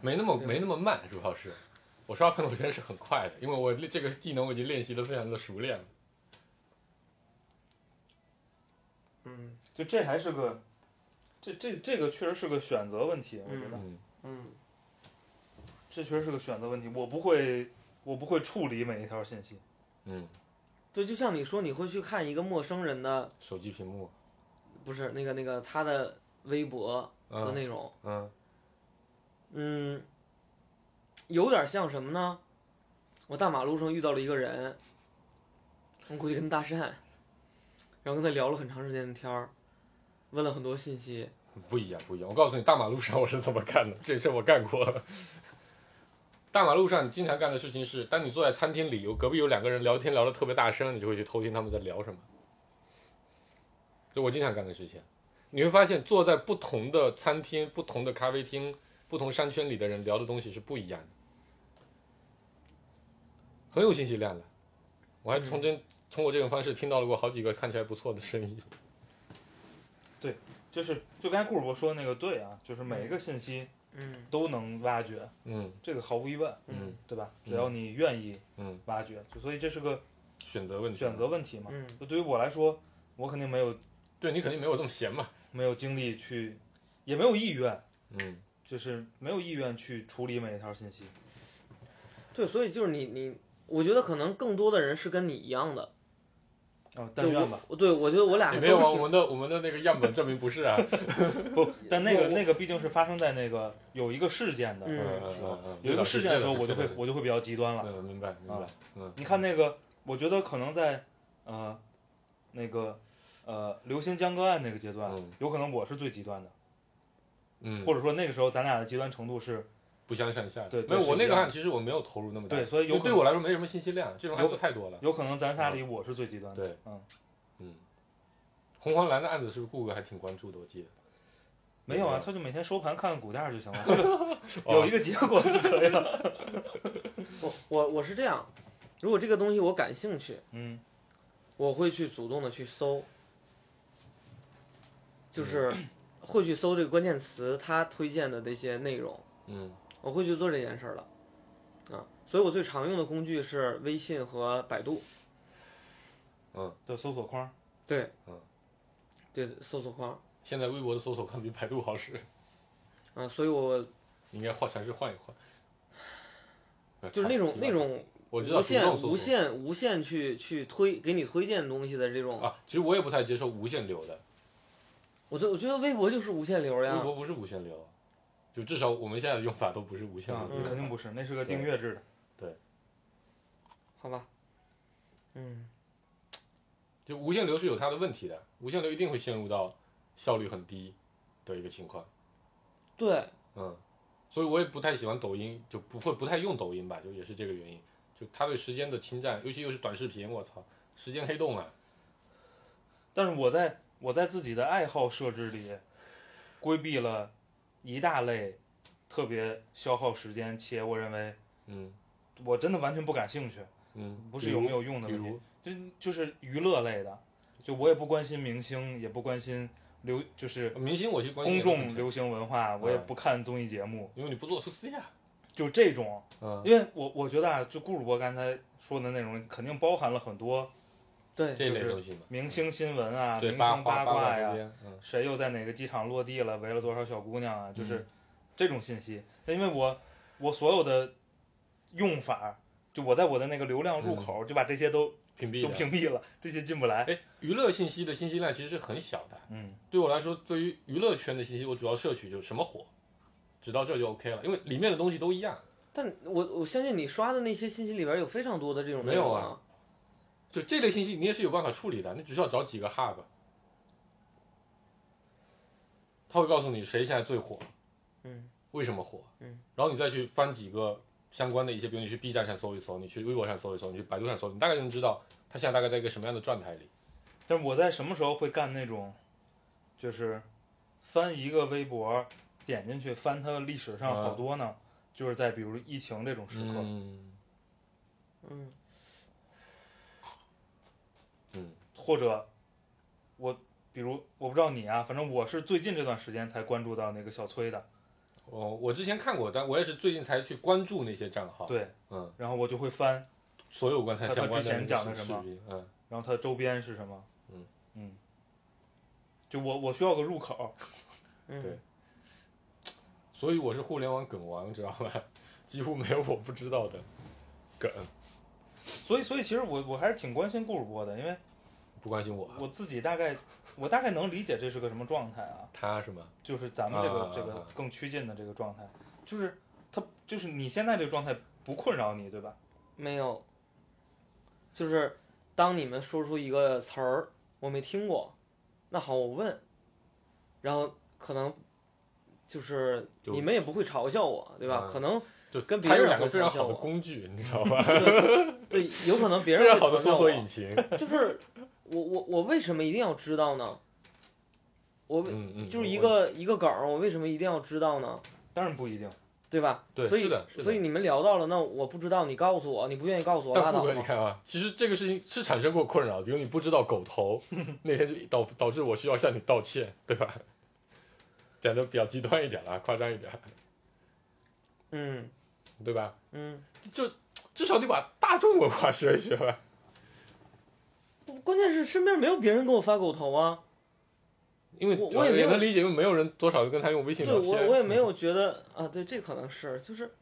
没那么
对
没那么慢，主要是我刷朋友圈是很快的，因为我这个技能我已经练习的非常的熟练了。
嗯
就这还是个，这这这个确实是个选择问题，我觉得、
嗯，
嗯
这确实是个选择问题，我不会我不会处理每一条信息，
嗯，
对，就像你说你会去看一个陌生人的，
手机屏幕，
不是那个那个他的微博的
嗯
内容，
嗯，
嗯，有点像什么呢？我大马路上遇到了一个人，我过去跟他搭讪，然后跟他聊了很长时间的天儿，问了很多信息。
不一样不一样。我告诉你，大马路上我是怎么干的，这事我干过。大马路上你经常干的事情是，当你坐在餐厅里，有隔壁有两个人聊天聊得特别大声，你就会去偷听他们在聊什么。这我经常干的事情。你会发现，坐在不同的餐厅、不同的咖啡厅、不同商圈里的人聊的东西是不一样的，很有信息量的。我还从真、通过这种方式听到了过好几个看起来不错的生意。
就是就刚才顾主播说那个对啊，就是每一个信息
嗯
都能挖掘，
嗯
这个毫无疑问，
嗯，
对吧？
嗯
只要你愿意
嗯，
挖掘，就所以这是个
选择问题，
选择问题嘛。
嗯
就对于我来说，我肯定没有
对你肯定没有这么闲嘛。
没有精力去，也没有意愿，
嗯，
就是没有意愿去处理每一条信息。
对，所以就是你你，我觉得可能更多的人是跟你一样的。
啊，但
对
愿吧。
我对我觉得我俩
也
还
没有啊，
都
我
挺
们的我们的那个样本证明不是啊。
不，但那个
我
那个毕竟是发生在那个有一个事件的，
嗯
嗯
嗯嗯嗯，
有一个事件的时候，我就会
我
我就会比较极端了。
嗯，明白明白，嗯，
你看那个，我觉得可能在呃那个呃流星江歌案那个阶段
嗯，
有可能我是最极端的，
嗯，
或者说那个时候咱俩的极端程度是
不相上下的。
对
没有
对
我
是
那
一
个
样
案，其实我没有投入那么大，
对所以有
因为
可
对
能
我来说没什么信息量，这种案
有
子太多了。
有可能咱仨里我是最极端的。
对，
嗯，
嗯，红黄蓝的案子是不是顾哥还挺关注的？我记得
没有啊
嗯，
他就每天收盘看看股价就行 了，这个
哦
有一个结果就可以了。
我
啊
我我是这样，如果这个东西我感兴趣，
嗯
我会去主动的去搜，
嗯
就是会去搜这个关键词他推荐的那些内容，
嗯
我会去做这件事儿了，啊，所以我最常用的工具是微信和百度，
嗯
的搜索框，
对，
嗯，
对，搜索框
现在微博的搜索框比百度好使，
啊，所以我
你应该换尝试换一换。啊
就是那种
尝试
那种
我知道
无
主动
限
搜索
无限无限去去推给你推荐东西的这种，
啊，其实我也不太接受无限流的，
我觉我觉得微博就是无限流呀
微，博不是无限流，就至少我们现在的用法都不是无限
啊
流。，
肯定不是，那是个订阅制的。
好吧，嗯，
就无限流是有它的问题的，无限流一定会陷入到效率很低的一个情况。
对，
嗯，所以我也不太喜欢抖音，就不会不太用抖音吧，就也是这个原因，就它对时间的侵占，尤其又是短视频，我操，时间黑洞啊！
但是我在我在自己的爱好设置里，规避了一大类特别消耗时间且我认为
嗯
我真的完全不感兴趣，
嗯，
不是有没有用的
比
问题
如，
就就是娱乐类的，就我也不关心明星，也不关心流，就是
明星我去关
公
心嗯也不
众
很
流行文化，我也不看综艺节目，
因为你不做 to C 啊，
就这种，
嗯，
因为我我觉得啊，就顾主播刚才说的内容，肯定包含了很多
对，
这类
就是
东西嘛，
明星新闻啊、
对
明
八
星
卦
卦
周
呀、
边，嗯
谁又在哪个机场落地了，围了多少小姑娘啊，就是这种信息。那因为我我所有的用法，就我在我的那个流量入口、就把这些都
嗯屏蔽
都
的
屏蔽了，这些进不来。
哎，娱乐信息的信息量其实是很小的。
嗯，
对我来说，对于娱乐圈的信息，我主要摄取就是什么火，只到这就 OK 了，因为里面的东西都一样。
但我我相信你刷的那些信息里边有非常多的这种内
没有
容
啊，就这类信息，你也是有办法处理的，你只需要找几个 hub，他会告诉你谁现在最火，
嗯，
为什么火，
嗯，
然后你再去翻几个相关的一些，比如你去 B 站上搜一搜，你去微博上搜一搜，你去百度上搜，你大概就能知道他现在大概在一个什么样的状态里。
但是我在什么时候会干那种，就是翻一个微博，点进去翻它历史上好多呢？就是在比如疫情这种时刻，
啊嗯
嗯，
嗯，
或者我比如我不知道你啊，反正我是最近这段时间才关注到那个小崔的，
我哦我之前看过，但我也是最近才去关注那些账号，，
对，
嗯，
然后我就会翻，
所有关他
他
相关
之
的
前
那
讲
些
的
视
什么
频，嗯，
然后它周边是什么，
嗯
嗯，就我我需要个入口，
嗯
对所以我是互联网梗王，知道吗？ 几乎没有我不知道的梗，
所以所以其实我我还是挺关心顾主播的，因为
不关心我啊，
我自己大概我大概能理解这是个什么状态啊，
他是吗？
就是咱们这个、
啊
这个
啊
更趋近的这个状态，就是它就是你现在这个状态不困扰你，对吧？
没有，就是当你们说出一个词儿，我没听过，那好，我问，然后可能就是
就
你们也不会嘲笑我，对吧？
嗯
可能
就
跟别
它有
人
两个
会
非常
嘲笑
好的
我
工具，你知道吧？
对，有可 能别
非常
人会
好的
嘲笑
搜索引
我，
擎。
就是我我我为什么一定要知道呢？我为
嗯嗯，
就是一
我
个一个梗儿，我为什么一定要知道呢？
当然不一定，
对吧？
对
所以
是的是的
所以你们聊到了，那我不知道，你告诉我，你不愿意告诉我拉
但顾
倒
哥，你
吧。
看啊，其实这个事情是产生过困扰，比如你不知道狗头， 那天就导导致我需要向你道歉，对吧？讲的比较极端一点啦，夸张一点，
嗯
对吧？
嗯，
就至少得把大众文化学一学吧。
关键是身边没有别人给我发狗头啊。
因为
我
主要
我也没有
能理解，因为没有人多少跟他用微信
对
聊天。嗯
我我也没有觉得啊，对，这可能是就是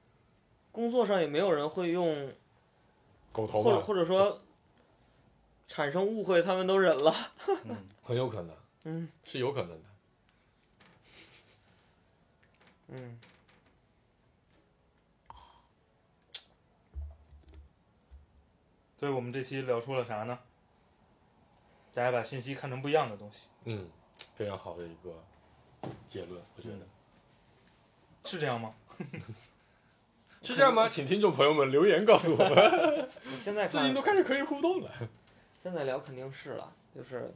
工作上也没有人会用，
狗头
或者
嘛，
或者说产生误会，他们都忍了。
嗯，
很有可能
嗯
是有可能的。
嗯，
所以我们这期聊出了啥呢？大家把信息看成不一样的东西，
嗯，非常好的一个结论，我觉得。
是这样吗？
是这样吗？请听众朋友们留言告诉我们。
现在
最近
看
都开始可以互动了。
现在聊肯定是了，就是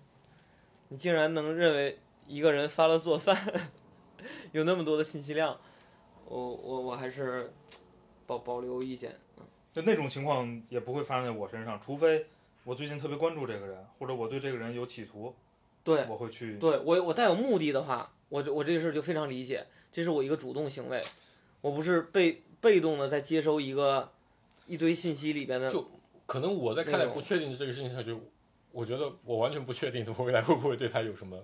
你竟然能认为一个人发了做饭 有那么多的信息量，我我我还是保保留意见。
就那种情况也不会发生在我身上，除非我最近特别关注这个人，或者我对这个人有企图，
对
我会去。
对我我带有目的的话，我这我这事儿就非常理解，这是我一个主动行为，我不是被被动的在接收一个一堆信息里边的。
就可能我在看待
那种
不确定这个事情上，就我觉得我完全不确定他未来会不会对他有什么，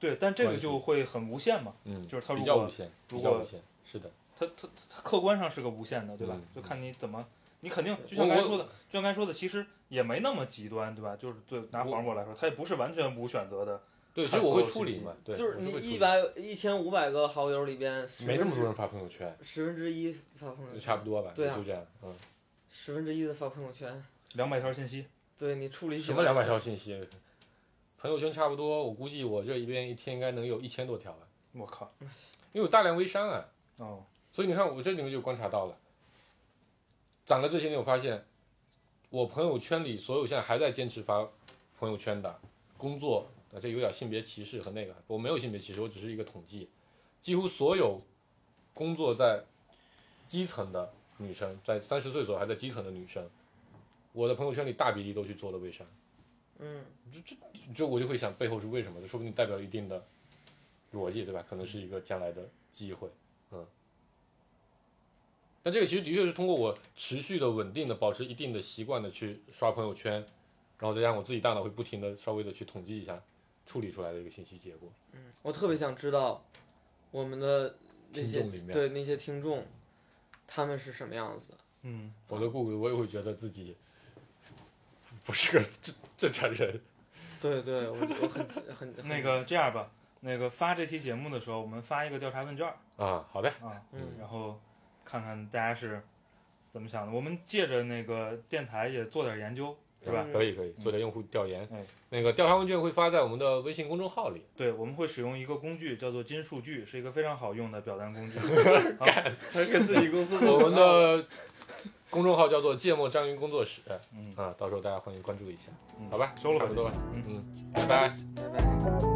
对，但这个
关系
就会很无限嘛，
嗯，
就是他如
比较
果
无限，
如
比较
果
无限，是的，
它它它客观上是个无限的，对吧？
嗯
就看你怎么，你肯定就像刚才说的，就像刚才说的，其实也没那么极端，对吧？就是对拿
我
黄渤来说，他也不是完全无选择的，
对，
看
所以我会
所有
处理
信息
嘛，对，
就是
我
你
会处理
一百一千五百个好友里边，十
没那
分
么
之
多人发朋友圈，
十分之一发朋友圈，
差不多吧，
对啊
就这样，嗯，
十分之一的发朋友圈，
两百条信息，
对你处理起
什么
来
两百条信息，朋友圈差不多，我估计我这一边一天应该能有一千多条吧，
我靠，
因为有大量微商啊，
哦，
所以你看，我这里面就观察到了，攒了这些年，我发现我朋友圈里所有现在还在坚持发朋友圈的工作，啊，这有点性别歧视和那个，我没有性别歧视，我只是一个统计，几乎所有工作在基层的女生，在三十岁左右还在基层的女生，我的朋友圈里大比例都去做了微商，
嗯，
这我就会想背后是为什么，这说不定代表了一定的逻辑，对吧？可能是一个将来的机会，嗯。但这个其实的确是通过我持续的、稳定的、保持一定的习惯的去刷朋友圈，然后再加上我自己大脑会不停的稍微的去统计一下，处理出来的一个信息结果。
我特别想知道我们的那些
听众里面
对那些听众，他们是什么样子的。
嗯，
否则，顾我也会觉得自己不是个正正常人。
对对，我我很很很
那，个这样吧，那个发这期节目的时候，我们发一个调查问卷儿
啊，好的，
啊，
嗯，
然后看看大家是怎么想的。我们借着那个电台也做点研究，是吧？
嗯
可以可以，做点用户调研。
嗯
那个调查问卷会发在我们的微信公众号里。
对，我们会使用一个工具，叫做金数据，是一个非常好用的表单工具。
还是给自己公司
我们的公众号叫做“芥末章鱼工作室”，
嗯
啊，到时候大家欢迎关注一下，
嗯
好吧，
收了吧
差不多吧
这期，嗯
嗯，拜拜。
拜拜。